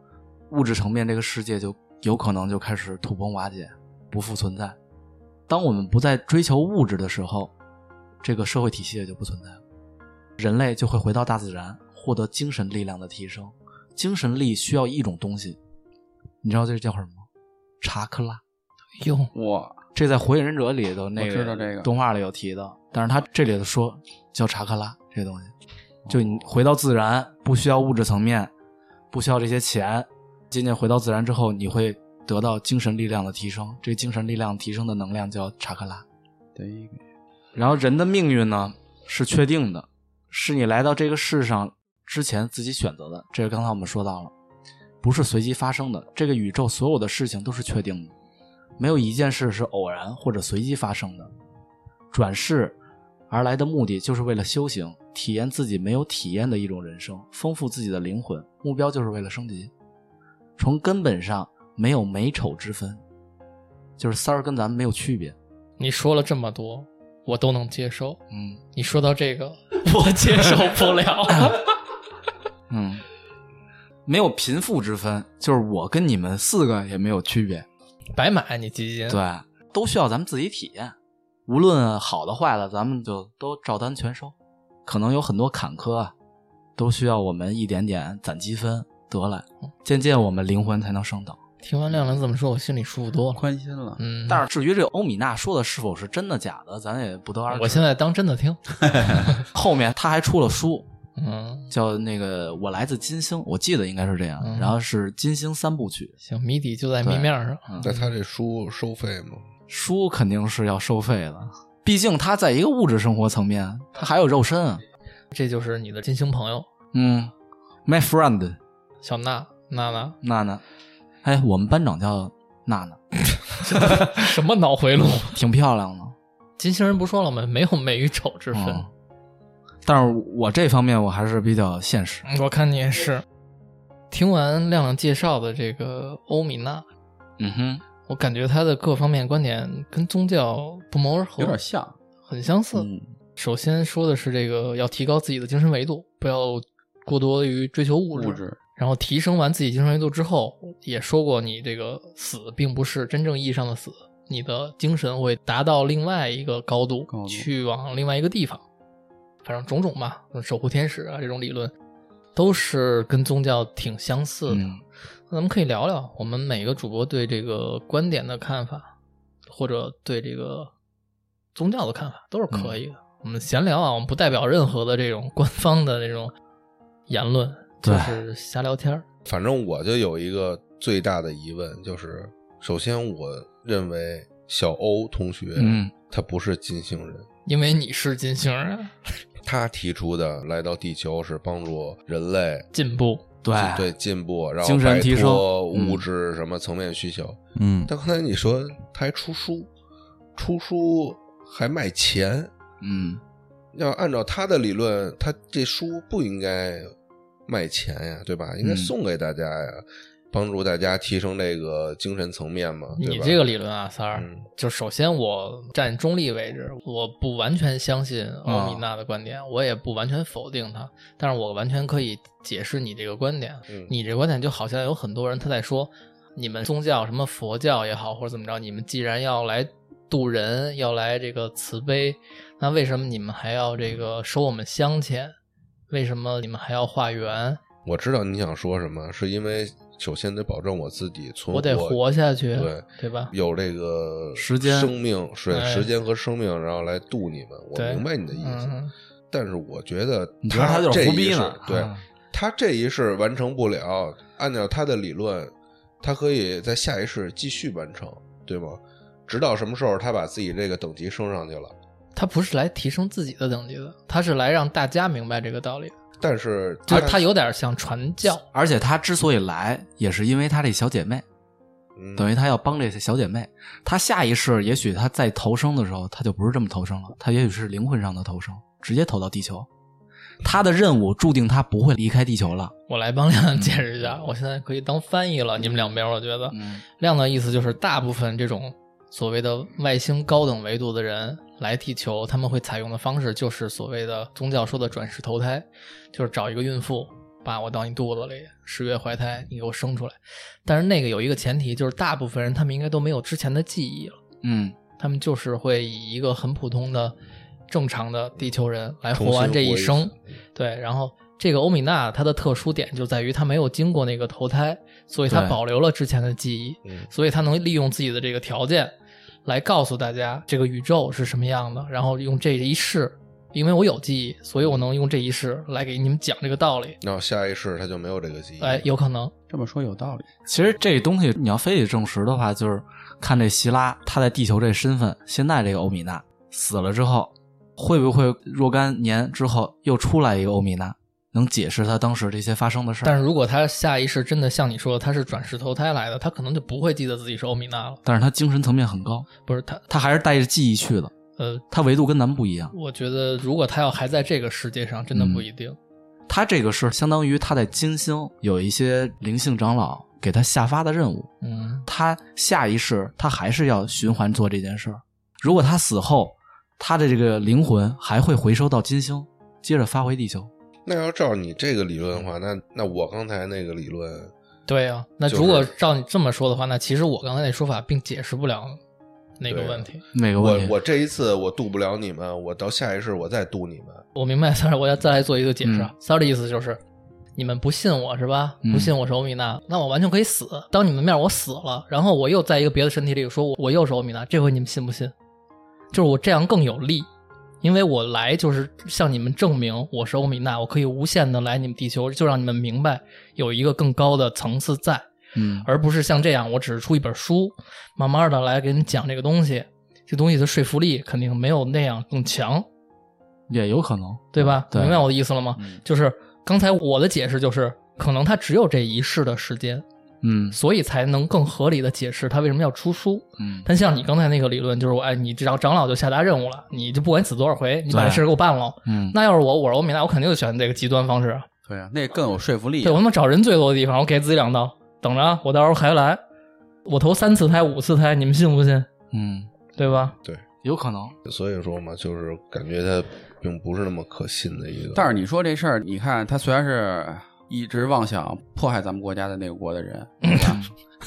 Speaker 3: 物质层面这个世界就有可能就开始土崩瓦解，不复存在。当我们不再追求物质的时候，这个社会体系也就不存在了，人类就会回到大自然，获得精神力量的提升。精神力需要一种东西，你知道这叫什么吗？查克拉。
Speaker 1: 哟，
Speaker 2: 哇，
Speaker 3: 这在《火影忍者》里头那
Speaker 2: 我知道这个
Speaker 3: 动画里有提到，但是他这里头说叫查克拉这东西，就你回到自然，不需要物质层面，不需要这些钱，渐渐回到自然之后，你会得到精神力量的提升，这精神力量提升的能量叫查克拉。
Speaker 2: 对，
Speaker 3: 然后人的命运呢是确定的，是你来到这个世上之前自己选择的，这个刚才我们说到了，不是随机发生的。这个宇宙所有的事情都是确定的，没有一件事是偶然或者随机发生的。转世而来的目的就是为了修行，体验自己没有体验的一种人生，丰富自己的灵魂，目标就是为了升级。从根本上没有美丑之分，就是三儿跟咱们没有区别。
Speaker 1: 你说了这么多，我都能接受。
Speaker 3: 嗯
Speaker 1: 你说到这个，我接受不 了。
Speaker 3: 嗯，没有贫富之分，就是我跟你们四个也没有区别。
Speaker 1: 白买啊你基金，
Speaker 3: 对，都需要咱们自己体验，无论好的坏的，咱们就都照单全收。可能有很多坎坷啊，都需要我们一点点攒积分得来，
Speaker 1: 嗯
Speaker 3: 渐渐我们灵魂才能升等。
Speaker 1: 听完亮亮这么说，我心里舒服多了。
Speaker 2: 宽心了。
Speaker 1: 嗯，
Speaker 3: 但是至于这个欧米娜说的是否是真的假的，咱也不得而知。
Speaker 1: 我现在当真的听。
Speaker 3: 后面他还出了书，
Speaker 1: 嗯，
Speaker 3: 叫那个《我来自金星》，我记得应该是这样，
Speaker 1: 嗯
Speaker 3: 然后是金星三部曲。
Speaker 1: 行，谜底就在谜面上。
Speaker 3: 嗯
Speaker 5: 那他这书收费吗？
Speaker 3: 书肯定是要收费的，毕竟他在一个物质生活层面，他还有肉身啊。
Speaker 1: 这就是你的金星朋友
Speaker 3: 嗯，My friend
Speaker 1: 小娜娜娜，
Speaker 3: 娜娜，哎，我们班长叫娜娜，
Speaker 1: 什么脑回路？
Speaker 3: 挺漂亮的。
Speaker 1: 金星人不说了吗？没有美与丑之分。
Speaker 3: 嗯，但是我这方面我还是比较现实。
Speaker 1: 嗯我看你也是。听完亮亮介绍的这个欧米娜，
Speaker 3: 嗯哼，
Speaker 1: 我感觉他的各方面观点跟宗教不谋而合，
Speaker 2: 有点像，
Speaker 1: 很相似。
Speaker 2: 嗯，
Speaker 1: 首先说的是这个要提高自己的精神维度，不要过多于追求物质。
Speaker 2: 物质
Speaker 1: 然后提升完自己精神维度之后，也说过你这个死并不是真正意义上的死，你的精神会达到另外一个高度，
Speaker 2: 高度
Speaker 1: 去往另外一个地方。反正种种吧，守护天使啊这种理论，都是跟宗教挺相似的。
Speaker 3: 嗯
Speaker 1: 那咱们可以聊聊我们每个主播对这个观点的看法，或者对这个宗教的看法，都是可
Speaker 5: 嗯
Speaker 1: 以的。我们闲聊啊，我们不代表任何的这种官方的这种言论，就
Speaker 3: 对
Speaker 1: 是瞎聊天儿。
Speaker 5: 反正我就有一个最大的疑问，就是首先我认为小欧同学，
Speaker 3: 嗯，
Speaker 5: 他不是金星人，
Speaker 1: 因为你是金星啊人，
Speaker 5: 他提出的来到地球是帮助人类
Speaker 1: 进步
Speaker 3: 对
Speaker 5: 进对进步，然后
Speaker 3: 精神
Speaker 5: 摆
Speaker 3: 提升
Speaker 5: 脱
Speaker 3: 嗯
Speaker 5: 物质什么层面需求。
Speaker 4: 嗯，
Speaker 5: 但刚才你说他还出书，出书还卖钱，
Speaker 3: 嗯，
Speaker 5: 要按照他的理论，他这书不应该卖钱呀，对吧？应该
Speaker 3: 嗯
Speaker 5: 送给大家呀，帮助大家提升这个精神层面嘛，对
Speaker 1: 你
Speaker 5: 吧？
Speaker 1: 这个理论啊，三儿，
Speaker 5: 嗯
Speaker 1: 就首先我站中立位置，我不完全相信
Speaker 5: 啊
Speaker 1: 欧米娜的观点，我也不完全否定她，但是我完全可以解释你这个观点。
Speaker 5: 嗯
Speaker 1: 你这个观点就好像有很多人他在说，你们宗教什么佛教也好，或者怎么着，你们既然要来度人，要来这个慈悲，那为什么你们还要这个收我们香钱？为什么你们还要化缘？
Speaker 5: 我知道你想说什么，是因为首先得保证我自己存活，
Speaker 1: 我得活下去，
Speaker 5: 对
Speaker 1: 吧？
Speaker 5: 有这个
Speaker 3: 时间
Speaker 5: 生命，是
Speaker 1: 哎
Speaker 5: 时间和生命，然后来度你们。我
Speaker 1: 对
Speaker 5: 明白你的意思，
Speaker 1: 嗯，
Speaker 5: 但是我觉得
Speaker 3: 你觉得他就是
Speaker 5: 这
Speaker 3: 胡逼
Speaker 5: 一世
Speaker 3: 呢
Speaker 5: 对
Speaker 3: 啊
Speaker 5: 他这一世完成不了，按照他的理论，他可以在下一世继续完成，对吗？直到什么时候他把自己这个等级升上去了？
Speaker 1: 他不是来提升自己的等级的，他是来让大家明白这个道理的。
Speaker 5: 但是
Speaker 1: 就是他有点像传教，
Speaker 3: 而且她之所以来，也是因为她这小姐妹，
Speaker 5: 嗯
Speaker 3: 等于她要帮这些小姐妹。她下一世，也许她再投生的时候，她就不是这么投生了，她也许是灵魂上的投生，直接投到地球。她的任务注定她不会离开地球了。
Speaker 1: 我来帮亮亮解释一下， 我现在可以当翻译了。你们两边，我觉得
Speaker 3: 嗯
Speaker 1: 亮的意思就是，大部分这种所谓的外星高等维度的人来地球，他们会采用的方式就是所谓的宗教说的转世投胎，就是找一个孕妇，把我到你肚子里十月怀胎，你给我生出来。但是那个有一个前提，就是大部分人他们应该都没有之前的记忆了。
Speaker 3: 嗯，
Speaker 1: 他们就是会以一个很普通的、正常的地球人来
Speaker 5: 重
Speaker 1: 活
Speaker 5: 新
Speaker 1: 完这
Speaker 5: 活
Speaker 1: 一
Speaker 5: 一
Speaker 1: 生
Speaker 5: 次，
Speaker 1: 对，然后这个欧米娜它的特殊点就在于它没有经过那个投胎，所以它
Speaker 3: 对
Speaker 1: 保留了之前的记忆，
Speaker 5: 嗯
Speaker 1: 所以它能利用自己的这个条件来告诉大家这个宇宙是什么样的，然后用这一世，因为我有记忆，所以我能用这一世来给你们讲这个道理。
Speaker 5: 然后下一世他就没有这个记忆。
Speaker 1: 哎，有可能，
Speaker 2: 这么说有道理。
Speaker 3: 其实这东西你要非得证实的话，就是看这希拉他在地球这身份，现在这个欧米娜死了之后，会不会若干年之后又出来一个欧米娜，能解释他当时这些发生的事儿？
Speaker 1: 但是如果他下一世真的像你说的，他是转世投胎来的，他可能就不会记得自己是欧米娜了。
Speaker 3: 但是他精神层面很高，
Speaker 1: 不是他，
Speaker 3: 他还是带着记忆去的，
Speaker 1: 呃，
Speaker 3: 他维度跟咱们不一样。
Speaker 1: 我觉得如果他要还在这个世界上，真的
Speaker 5: 嗯
Speaker 1: 不一定。
Speaker 3: 他这个是相当于他在金星有一些灵性长老给他下发的任务，
Speaker 1: 嗯，
Speaker 3: 他下一世他还是要循环做这件事儿。如果他死后，他的这个灵魂还会回收到金星，接着发回地球。
Speaker 5: 那要照你这个理论的话，那那我刚才那个理论，
Speaker 1: 对呀、那
Speaker 5: 就是
Speaker 1: 如果照你这么说的话，那其实我刚才那说法并解释不了那个
Speaker 5: 对
Speaker 1: 问题。
Speaker 3: 那个
Speaker 5: 我
Speaker 3: 问题，
Speaker 5: 我这一次我渡不了你们，我到下一世我再渡你们。
Speaker 1: 我明白三儿，我要再来做一个解释啊。三儿的意思就是，你们不信我是吧？
Speaker 3: 嗯
Speaker 1: 不信我是欧米娜，那我完全可以死。当你们面我死了，然后我又在一个别的身体里说我我又是欧米娜，这回你们信不信？就是我这样更有利，因为我来就是向你们证明我是欧米娜，我可以无限的来你们地球，就让你们明白有一个更高的层次在。
Speaker 3: 嗯，
Speaker 1: 而不是像这样，我只是出一本书，慢慢的来给你讲这个东西，这东西的说服力肯定没有那样更强，
Speaker 3: 也有可能，
Speaker 1: 对吧？
Speaker 3: 对
Speaker 1: 明白我的意思了吗？
Speaker 3: 嗯
Speaker 1: 就是刚才我的解释就是，可能他只有这一世的时间，
Speaker 3: 嗯
Speaker 1: 所以才能更合理的解释他为什么要出书。
Speaker 3: 嗯，
Speaker 1: 但像你刚才那个理论，就是我哎，你长长老就下达任务了，你就不管死多少回，你把
Speaker 3: 对
Speaker 1: 这事儿给我办了。
Speaker 3: 嗯，
Speaker 1: 那要是我，我是欧米娜，我肯定就选这个极端方式啊。
Speaker 2: 对啊，那更有说服力
Speaker 1: 对，我他妈找人最多的地方，我给自己两刀，等着啊，我到时候还来，我投三次胎、五次胎，你们信不信？
Speaker 3: 嗯，
Speaker 1: 对吧？
Speaker 3: 有可能，
Speaker 5: 所以说嘛，就是感觉它并不是那么可信的一个。
Speaker 2: 但是你说这事儿，你看他虽然是一直妄想迫害咱们国家的那个国的人， 对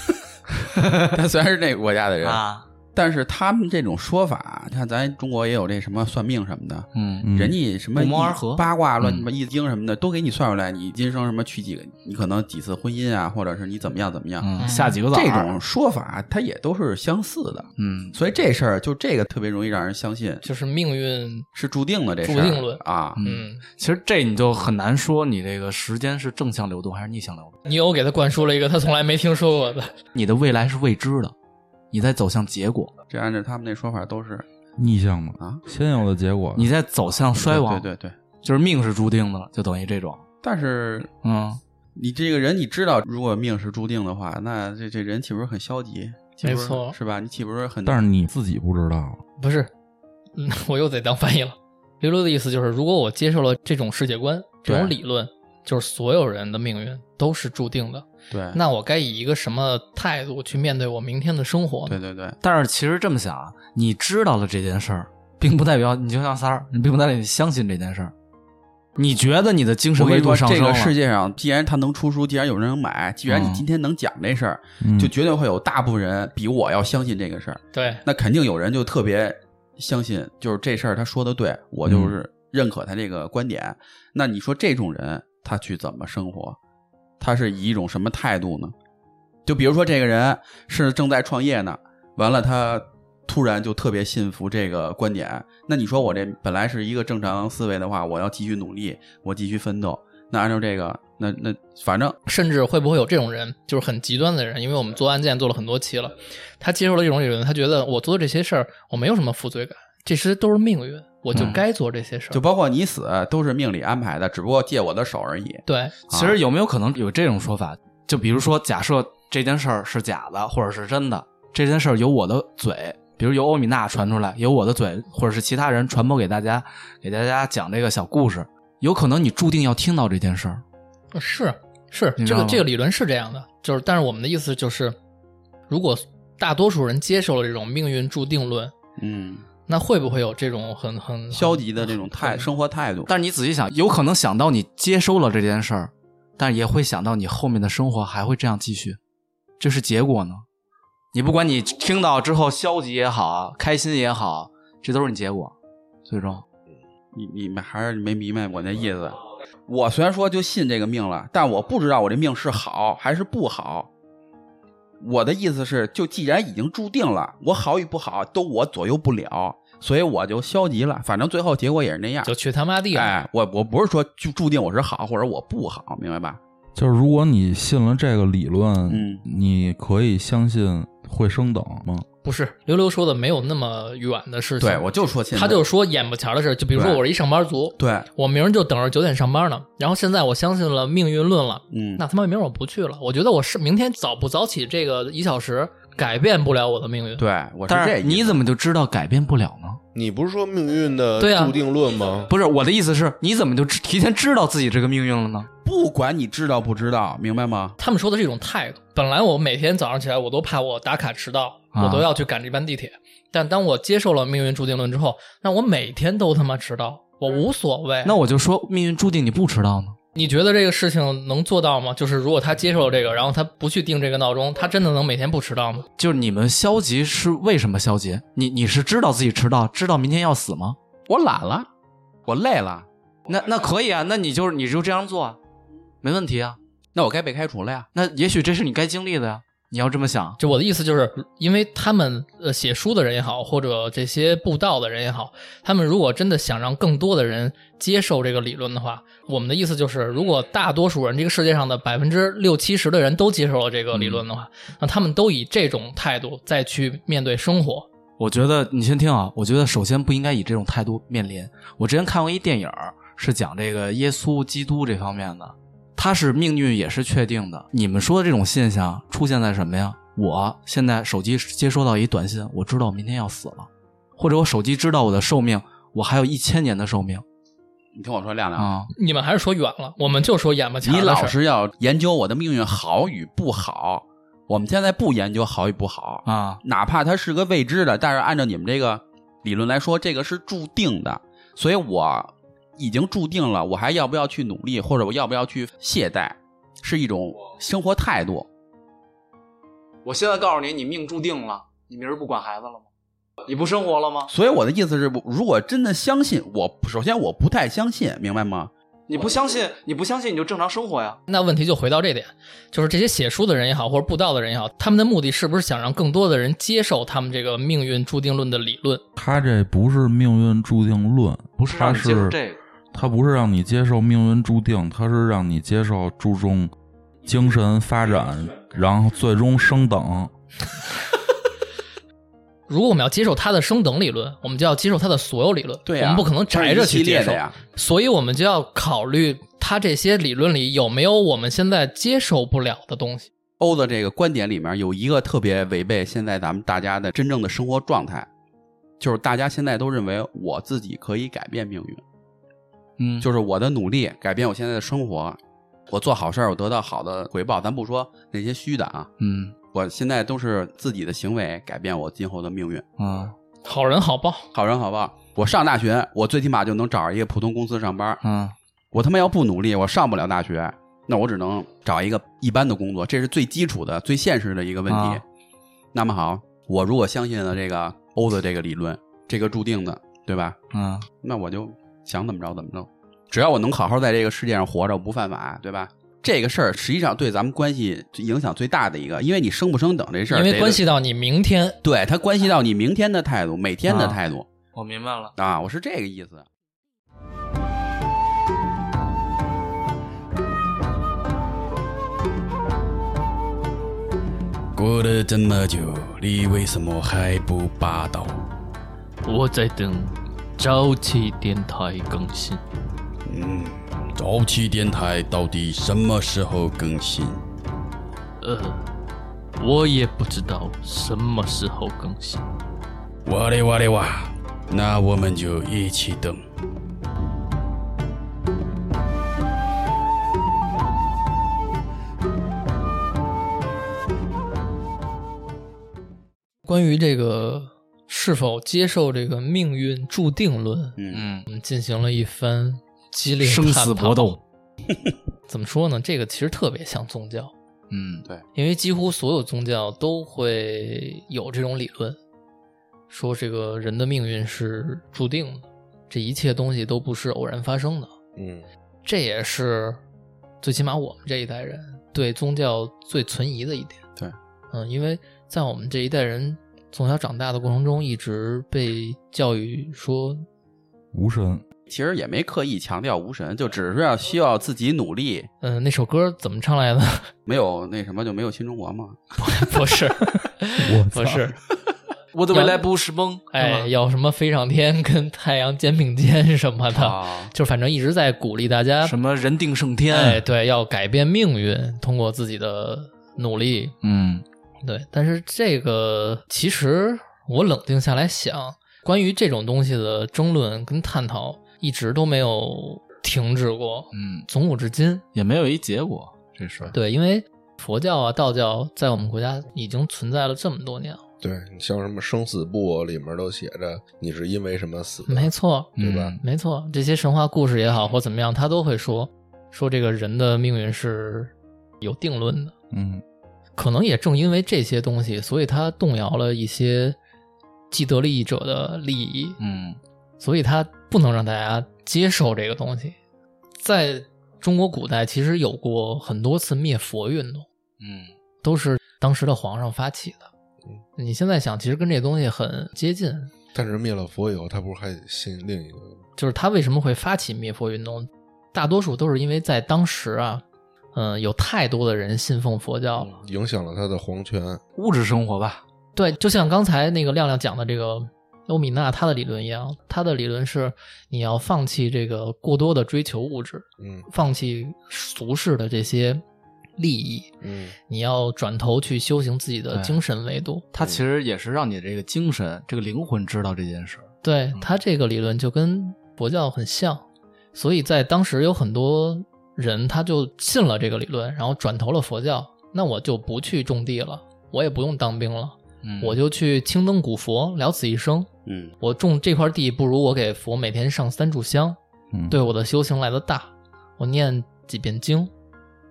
Speaker 2: 吧他虽然是那个国家的人，
Speaker 3: 啊，
Speaker 2: 但是他们这种说法，你看咱中国也有这什么算命什么的，
Speaker 3: 嗯
Speaker 4: 嗯
Speaker 2: 人家什么
Speaker 3: 不谋而
Speaker 2: 易
Speaker 3: 合
Speaker 2: 八卦乱什么易经什么的，都给你算出来，你今生什么娶几个，你可能几次婚姻啊，或者是你怎么样怎么样，
Speaker 3: 嗯，下几个崽儿
Speaker 2: 这种，说法它也都是相似的，
Speaker 3: 嗯，
Speaker 2: 所以这事儿就这个特别容易让人相信
Speaker 1: 就是命运，
Speaker 2: 是注定的这事儿
Speaker 1: 注定论
Speaker 2: 啊，
Speaker 1: 嗯，
Speaker 3: 其实这你就很难说你这个时间是正向流动还是逆向流动，
Speaker 1: 你又给他灌输了一个他从来没听说过的，
Speaker 3: 你的未来是未知的，你在走向结果，
Speaker 2: 这按照他们那说法都是
Speaker 4: 逆向的
Speaker 2: 啊，
Speaker 4: 先有的结果，
Speaker 3: 你在走向衰亡，
Speaker 2: 对对对对。
Speaker 3: 就是命是注定的，就等于这种，
Speaker 2: 但是
Speaker 3: 嗯，
Speaker 2: 你这个人，你知道，如果命是注定的话，那这这人岂不是很消极？岂不是
Speaker 1: 没错
Speaker 2: 是吧？你岂不是很？
Speaker 4: 但是你自己不知道，
Speaker 1: 不是？嗯 我又得当翻译了。刘刘的意思就是，如果我接受了这种世界观、这种
Speaker 2: 对
Speaker 1: 理论，就是所有人的命运都是注定的，
Speaker 2: 对，
Speaker 1: 那我该以一个什么态度去面对我明天的生活
Speaker 2: 对
Speaker 1: 呢？
Speaker 2: 对对，
Speaker 3: 但是其实这么想啊，你知道了这件事儿，并不代表你就像三儿，你并不代表你相信这件事儿。你觉得你的精神
Speaker 2: 我跟
Speaker 3: 维
Speaker 2: 你
Speaker 3: 度
Speaker 2: 说，
Speaker 3: 上
Speaker 2: 这
Speaker 3: 升了，
Speaker 2: 个世界上，既然他能出书，既然有人能买，既然你
Speaker 3: 嗯
Speaker 2: 今天能讲这事儿，
Speaker 4: 嗯
Speaker 2: 就绝对会有大部分人比我要相信这个事儿。
Speaker 1: 对，
Speaker 2: 那肯定有人就特别相信，就是这事儿他说的对，我就是认可他这个观点。那你说这种人他去怎么生活？他是以一种什么态度呢？就比如说这个人是正在创业呢，完了他突然就特别信服这个观点，那你说我这本来是一个正常思维的话，我要继续努力，我继续奋斗。那按照这个，那那反正
Speaker 1: 甚至会不会有这种人，就是很极端的人？因为我们做案件做了很多期了，他接受了这种理论，他觉得我做的这些事儿，我没有什么负罪感，这些都是命运，我就
Speaker 3: 嗯
Speaker 1: 该做这些事儿。
Speaker 2: 就包括你死都是命里安排的，只不过借我的手而已。
Speaker 1: 对，
Speaker 3: 其
Speaker 2: 啊
Speaker 3: 实有没有可能有这种说法？就比如说，假设这件事儿是假的，或者是真的，这件事儿由我的嘴，比如由欧米娜传出来，由我的嘴，或者是其他人传播给大家，给大家讲这个小故事，有可能你注定要听到这件事儿。
Speaker 1: 是是，
Speaker 3: 你知
Speaker 1: 这
Speaker 3: 道
Speaker 1: 个
Speaker 3: 吗
Speaker 1: 这个理论是这样的，就是但是我们的意思就是，如果大多数人接受了这种命运注定论，
Speaker 2: 嗯，
Speaker 1: 那会不会有这种很很
Speaker 2: 消极的这种态生活态度。
Speaker 3: 但是你仔细想，有可能想到你接收了这件事儿，但也会想到你后面的生活还会这样继续，这是结果呢。你不管你听到之后消极也好，开心也好，这都是你结果，最终。
Speaker 2: 你你们还是没明白我那意思。我虽然说就信这个命了，但我不知道我这命是好还是不好。我的意思是，就既然已经注定了，我好与不好都我左右不了，所以我就消极了。反正最后结果也是那样。
Speaker 1: 就去他妈地了。
Speaker 2: 哎，我我不是说就注定我是好或者我不好，明白吧？
Speaker 4: 就是如果你信了这个理论，
Speaker 2: 嗯
Speaker 4: 你可以相信会升等吗？
Speaker 1: 不是溜溜说的没有那么远的事情，
Speaker 2: 对，我就说现在
Speaker 1: 他就说眼巴前的事儿，就比如说
Speaker 2: 对
Speaker 1: 我是一上班族，
Speaker 2: 对，
Speaker 1: 我明儿就等着九点上班呢，然后现在我相信了命运论了，
Speaker 2: 嗯，
Speaker 1: 那他妈明儿我不去了，我觉得我是明天早不早起这个一小时改变不了我的命运，
Speaker 2: 对，我是
Speaker 3: 但
Speaker 2: 这
Speaker 3: 是你怎么就知道改变不了呢？
Speaker 5: 你不是说命运的
Speaker 1: 对啊
Speaker 5: 注定论吗？
Speaker 3: 不是我的意思是，你怎么就知提前知道自己这个命运了呢？
Speaker 2: 不管你知道不知道，明白吗？
Speaker 1: 他们说的是一种态度。本来我每天早上起来，我都怕我打卡迟到，
Speaker 3: 啊
Speaker 1: 我都要去赶这班地铁。但当我接受了命运注定论之后，那我每天都他妈迟到，我无所谓。
Speaker 3: 那我就说命运注定你不迟到呢。
Speaker 1: 你觉得这个事情能做到吗？就是如果他接受了这个，然后他不去定这个闹钟，他真的能每天不迟到吗？
Speaker 3: 就是你们消极是为什么消极？你你是知道自己迟到，知道明天要死吗？
Speaker 2: 我懒了，我累了，
Speaker 3: 那那可以啊，那你就是你就这样做啊，没问题啊。
Speaker 2: 那我该被开除了呀。
Speaker 3: 那也许这是你该经历的呀、你要这么想，
Speaker 1: 就我的意思就是，因为他们呃写书的人也好，或者这些布道的人也好，他们如果真的想让更多的人接受这个理论的话，我们的意思就是，如果大多数人这个世界上的百分之六七十的人都接受了这个理论的话，
Speaker 2: 嗯
Speaker 1: 那他们都以这种态度再去面对生活。
Speaker 3: 我觉得你先听啊，我觉得首先不应该以这种态度面临。我之前看过一电影儿，是讲这个耶稣基督这方面的，他是命运也是确定的。你们说的这种现象出现在什么呀？我现在手机接收到一短信，我知道我明天要死了，或者我手机知道我的寿命，我还有一千年的寿命
Speaker 2: 你听我说，亮亮，
Speaker 3: 啊、
Speaker 1: 你们还是说远了，我们就说眼巴前
Speaker 2: 你
Speaker 1: 的事
Speaker 2: 老
Speaker 1: 儿
Speaker 2: 是要研究我的命运好与不好，我们现在不研究好与不好，
Speaker 3: 啊！
Speaker 2: 哪怕它是个未知的，但是按照你们这个理论来说，这个是注定的，所以我已经注定了，我还要不要去努力，或者我要不要去懈怠，是一种生活态度。
Speaker 3: 我现在告诉你，你命注定了，你明儿不管孩子了吗？你不生活了吗？
Speaker 2: 所以我的意思是，如果真的相信，我首先我不太相信，明白吗？
Speaker 3: 你不相信，你不相信你就正常生活呀。
Speaker 1: 那问题就回到这点，就是这些写书的人也好，或者布道的人也好，他们的目的是不是想让更多的人接受他们这个命运注定论的理论？
Speaker 4: 他这不是命运注定论，
Speaker 3: 不是
Speaker 4: 他
Speaker 3: 让你接受
Speaker 4: 是
Speaker 3: 这个，
Speaker 4: 他不是让你接受命运注定，他是让你接受注重精神发展，然后最终升等。
Speaker 1: 如果我们要接受他的升等理论，我们就要接受他的所有理论，
Speaker 2: 对呀啊
Speaker 1: 我们不可能宅着
Speaker 2: 它是一
Speaker 1: 去
Speaker 2: 系列
Speaker 1: 接
Speaker 2: 的
Speaker 1: 受
Speaker 2: 呀，
Speaker 1: 所以我们就要考虑他这些理论里有没有我们现在接受不了的东西。
Speaker 2: 欧的这个观点里面有一个特别违背现在咱们大家的真正的生活状态，就是大家现在都认为我自己可以改变命运，
Speaker 3: 嗯，
Speaker 2: 就是我的努力改变我现在的生活，我做好事儿我得到好的回报，咱不说那些虚的啊，
Speaker 3: 嗯
Speaker 2: 我现在都是自己的行为改变我今后的命运，
Speaker 3: 啊
Speaker 1: 好人好报，
Speaker 2: 好人好报。我上大学，我最起码就能找一个普通公司上班，
Speaker 1: 嗯
Speaker 3: 啊
Speaker 2: 我他妈要不努力，我上不了大学，那我只能找一个一般的工作，这是最基础的、最现实的一个问题。
Speaker 3: 啊
Speaker 2: 那么好，我如果相信了这个欧的这个理论，这个注定的，对吧？
Speaker 1: 嗯
Speaker 3: 啊
Speaker 2: 那我就想怎么着怎么着，只要我能好好在这个世界上活着，不犯法，对吧？这个事儿实际上对咱们关系影响最大的一个，因为你升不升等这事儿，
Speaker 1: 因
Speaker 2: 这
Speaker 1: 为
Speaker 2: 个
Speaker 1: 关系到你明天。
Speaker 2: 对它关系到你明天的态度、每天的
Speaker 3: 啊
Speaker 2: 态度
Speaker 3: 我明白了。
Speaker 2: 啊，我是这个意思。过了这么久，你为什么还不霸道？
Speaker 6: 我在等朝气电台更新。
Speaker 2: 嗯，早期电台到底什么时候更新？
Speaker 6: 呃，我也不知道什么时候更新。
Speaker 2: 哇嘞哇嘞哇！那我们就一起等。
Speaker 1: 关于这个是否接受这个命运注定论，
Speaker 2: 嗯，
Speaker 3: 嗯
Speaker 1: 我，们进行了一番激烈
Speaker 3: 生
Speaker 1: 探
Speaker 3: 死
Speaker 1: 讨
Speaker 3: 搏。斗。
Speaker 1: 怎么说呢？这个其实特别像宗教，
Speaker 3: 嗯
Speaker 1: 因为几乎所有宗教都会有这种理论，说这个人的命运是注定的，这一切东西都不是偶然发生的。
Speaker 5: 嗯，
Speaker 1: 这也是最起码我们这一代人对宗教最存疑的一点。
Speaker 2: 对，
Speaker 1: 嗯，因为在我们这一代人从小长大的过程中，一直被教育说，
Speaker 4: 无神，
Speaker 2: 其实也没刻意强调无神，就只是要需要自己努力。
Speaker 1: 嗯、那首歌怎么唱来的？
Speaker 2: 没有那什么就没有新中国嘛。
Speaker 1: 不是，
Speaker 4: 我操
Speaker 1: 不是，
Speaker 6: 我的未来不是梦。
Speaker 1: 哎，
Speaker 6: 是吗，
Speaker 1: 要什么飞上天跟太阳肩并肩什么
Speaker 3: 哎
Speaker 1: 的，
Speaker 2: 啊，
Speaker 1: 就反正一直在鼓励大家
Speaker 3: 啊什么人定胜天？
Speaker 1: 哎，对，要改变命运，通过自己的努力。
Speaker 3: 嗯，
Speaker 1: 对，但是这个其实我冷静下来想，关于这种东西的争论跟探讨一直都没有停止过，
Speaker 3: 嗯，
Speaker 1: 从古至今。
Speaker 3: 也没有一结果，这事儿。
Speaker 1: 对，因为佛教啊、道教在我们国家已经存在了这么多年了，
Speaker 5: 对你像什么生死簿里面都写着你是因为什么死的，
Speaker 1: 没错，
Speaker 5: 对吧
Speaker 3: 嗯
Speaker 1: 没错，这些神话故事也好或怎么样，他都会说说这个人的命运是有定论的。
Speaker 4: 嗯，
Speaker 1: 可能也正因为这些东西，所以他动摇了一些既得利益者的利益，
Speaker 3: 嗯，
Speaker 1: 所以他不能让大家接受这个东西。在中国古代，其实有过很多次灭佛运动，
Speaker 3: 嗯，
Speaker 1: 都是当时的皇上发起的。你现在想，其实跟这东西很接近，
Speaker 5: 但是灭了佛以后，他不是还信另一个吗？
Speaker 1: 就是他为什么会发起灭佛运动，大多数都是因为在当时啊，嗯，有太多的人信奉佛教了。
Speaker 5: 影响了他的皇权。
Speaker 3: 物质生活吧。
Speaker 1: 对，就像刚才那个亮亮讲的这个欧米娜她的理论一样，她的理论是你要放弃这个过多的追求物质，
Speaker 5: 嗯
Speaker 1: 放弃俗世的这些利益，
Speaker 5: 嗯，
Speaker 1: 你要转头去修行自己的
Speaker 3: 对
Speaker 1: 精神维度。
Speaker 3: 它其实也是让你这个精神、这个灵魂知道这件事儿。
Speaker 1: 对他这个理论就跟佛教很像，所以在当时有很多人他就信了这个理论，然后转投了佛教。那我就不去种地了，我也不用当兵了，
Speaker 3: 嗯
Speaker 1: 我就去青灯古佛，了此一生。
Speaker 2: 嗯，
Speaker 1: 我种这块地，不如我给佛每天上三炷香，
Speaker 4: 嗯
Speaker 1: 对我的修行来的大。我念几遍经，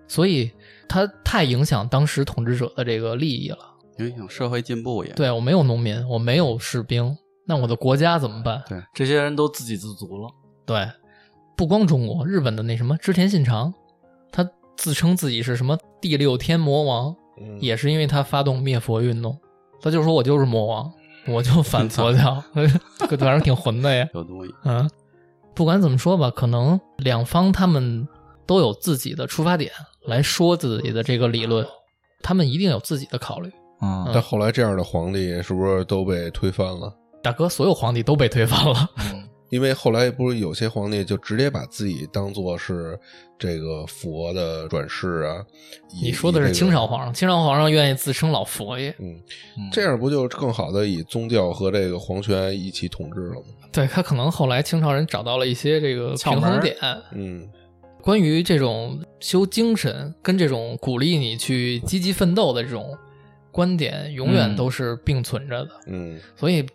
Speaker 1: 所以它太影响当时统治者的这个利益了。
Speaker 2: 影响社会进步也。，
Speaker 1: 对我没有农民，我没有士兵，那我的国家怎么办？
Speaker 3: 这些人都自给自足了。
Speaker 1: 对，不光中国，日本的那什么织田信长，他自称自己是什么第六天魔王，
Speaker 5: 嗯
Speaker 1: 也是因为他发动灭佛运动，他就说我就是魔王，我就反佛教， 反正挺混的呀。
Speaker 2: 有东西。
Speaker 1: 嗯，不管怎么说吧，可能两方他们都有自己的出发点来说自己的这个理论，他们一定有自己的考虑。
Speaker 3: 嗯
Speaker 5: 但后来这样的皇帝是不是都被推翻了？
Speaker 1: 大哥，所有皇帝都被推翻了，
Speaker 5: 因为后来不是有些皇帝就直接把自己当做是这个佛的转世啊？以
Speaker 1: 你说的是清朝皇上，清朝皇上愿意自称老佛爷，
Speaker 3: 嗯
Speaker 5: 以这个这样不就更好的以宗教和这个皇权一起统治了吗？
Speaker 1: 对他可能后来清朝人找到了一些这个
Speaker 3: 窍
Speaker 1: 平
Speaker 3: 门
Speaker 1: 衡
Speaker 3: 儿
Speaker 1: 点，
Speaker 5: 嗯，
Speaker 1: 关于这种修精神跟这种鼓励你去积极奋斗的这种观点，永远
Speaker 3: 嗯
Speaker 1: 都是并存着的。
Speaker 5: 嗯，
Speaker 1: 所以，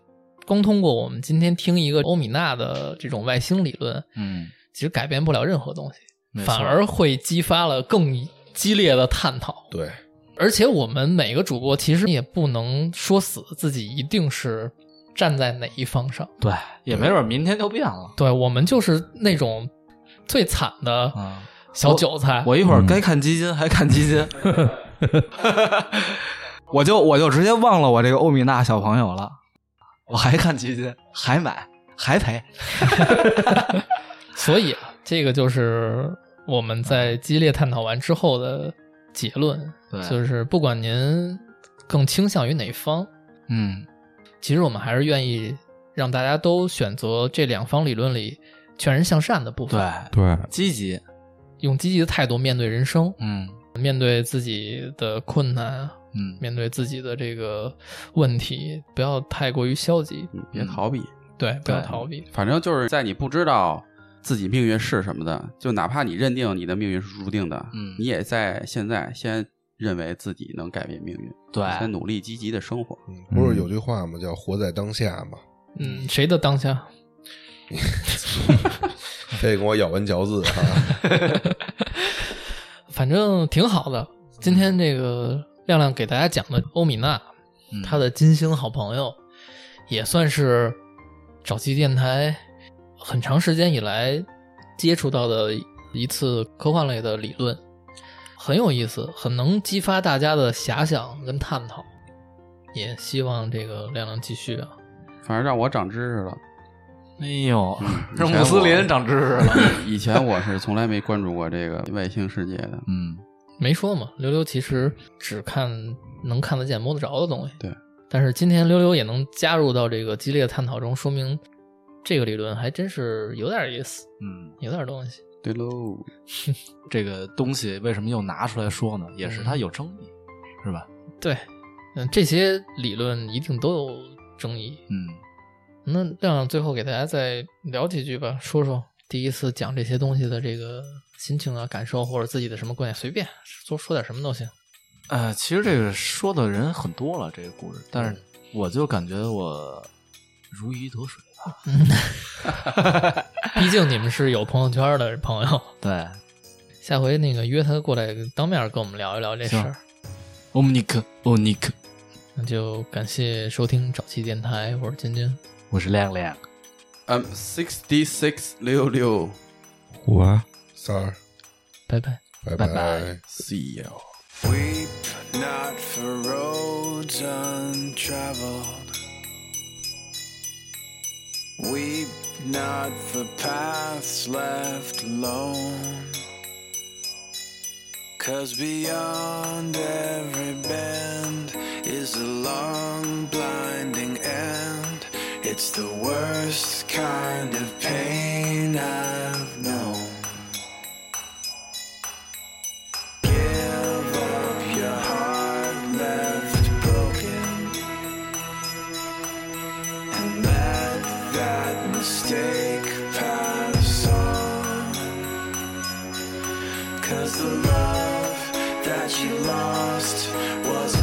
Speaker 1: 光通过我们今天听一个欧米娜的这种外星理论，
Speaker 3: 嗯，
Speaker 1: 其实改变不了任何东西，
Speaker 3: 没错
Speaker 1: 反而会激发了更激烈的探讨。
Speaker 5: 对，
Speaker 1: 而且我们每个主播其实也不能说死自己一定是站在哪一方上。
Speaker 3: 对，也没准明天就变了。
Speaker 1: 对我们就是那种最惨的
Speaker 3: 啊
Speaker 1: 小韭菜。
Speaker 3: 我一会儿该看基金还看基金， 我就我就直接忘了我这个欧米娜小朋友了，我还看基金，还买还 赔，
Speaker 1: 所以啊，这个就是我们在激烈探讨完之后的结论，
Speaker 3: 对
Speaker 1: 就是不管您更倾向于哪一方，
Speaker 3: 嗯
Speaker 1: 其实我们还是愿意让大家都选择这两方理论里劝人向善的部分，
Speaker 3: 对，
Speaker 4: 对，
Speaker 3: 积极，
Speaker 1: 用积极的态度面对人生，
Speaker 3: 嗯
Speaker 1: 面对自己的困难啊，
Speaker 3: 嗯，
Speaker 1: 面对自己的这个问题，不要太过于消极，
Speaker 2: 嗯别逃避，
Speaker 1: 对，不要
Speaker 3: 对
Speaker 1: 逃避，
Speaker 2: 反正就是在你不知道自己命运是什么的，就哪怕你认定你的命运是注定的，
Speaker 3: 嗯
Speaker 2: 你也在现在先认为自己能改变命运，
Speaker 3: 对
Speaker 2: 先努力积极的生活。
Speaker 5: 嗯，不是有句话嘛，叫活在当下嘛，
Speaker 1: 嗯，谁的当下？
Speaker 5: 非得跟我咬文嚼字哈。
Speaker 1: 反正挺好的。今天这个亮亮给大家讲的欧米娜，
Speaker 3: 嗯
Speaker 1: 他的金星好朋友，也算是早期电台很长时间以来接触到的一次科幻类的理论，很有意思，很能激发大家的遐想跟探讨。也希望这个亮亮继续啊，
Speaker 2: 反正让我长知识了。
Speaker 3: 哎呦，
Speaker 2: 以
Speaker 3: 这
Speaker 2: 前
Speaker 3: 穆斯
Speaker 2: 我
Speaker 3: 林长知识了。
Speaker 2: 以前我是从来没关注过这个外星世界的。
Speaker 3: 嗯，
Speaker 1: 没说嘛，溜溜其实只看能看得见、摸得着的东西。
Speaker 2: 对，
Speaker 1: 但是今天溜溜也能加入到这个激烈的探讨中，说明这个理论还真是有点意思，
Speaker 3: 嗯，
Speaker 1: 有点东西。
Speaker 2: 对喽，
Speaker 3: 这个东西为什么又拿出来说呢？也是它有争议，是吧？
Speaker 1: 对，嗯，这些理论一定都有争议。
Speaker 3: 嗯，
Speaker 1: 那亮亮最后给大家再聊几句吧，说说第一次讲这些东西的这个心情啊、感受，或者自己的什么观点，随便说说点什么都行。
Speaker 3: 呃，其实这个说的人很多了，这个故事，但是我就感觉我如鱼得水吧。
Speaker 1: 毕竟你们是有朋友圈的朋友，
Speaker 3: 对，
Speaker 1: 下回那个约他过来当面跟我们聊一聊这事儿。
Speaker 3: 欧姆尼克，欧尼克，
Speaker 1: 那就感谢收听早期电台，我是晶晶，
Speaker 3: 我是亮亮。
Speaker 2: 嗯，sixty six 六六
Speaker 4: 我啊
Speaker 5: 三儿，
Speaker 1: 拜拜。
Speaker 5: 拜
Speaker 3: 拜
Speaker 5: 拜
Speaker 3: 拜
Speaker 2: see you。
Speaker 7: Weep not for roads untraveled. Weep not for paths left alone. Cause beyond every bend is a long blinding end. It's the worst kind of pain I've known. Give up your heart left broken, and let that mistake pass on. 'Cause the love that you lost was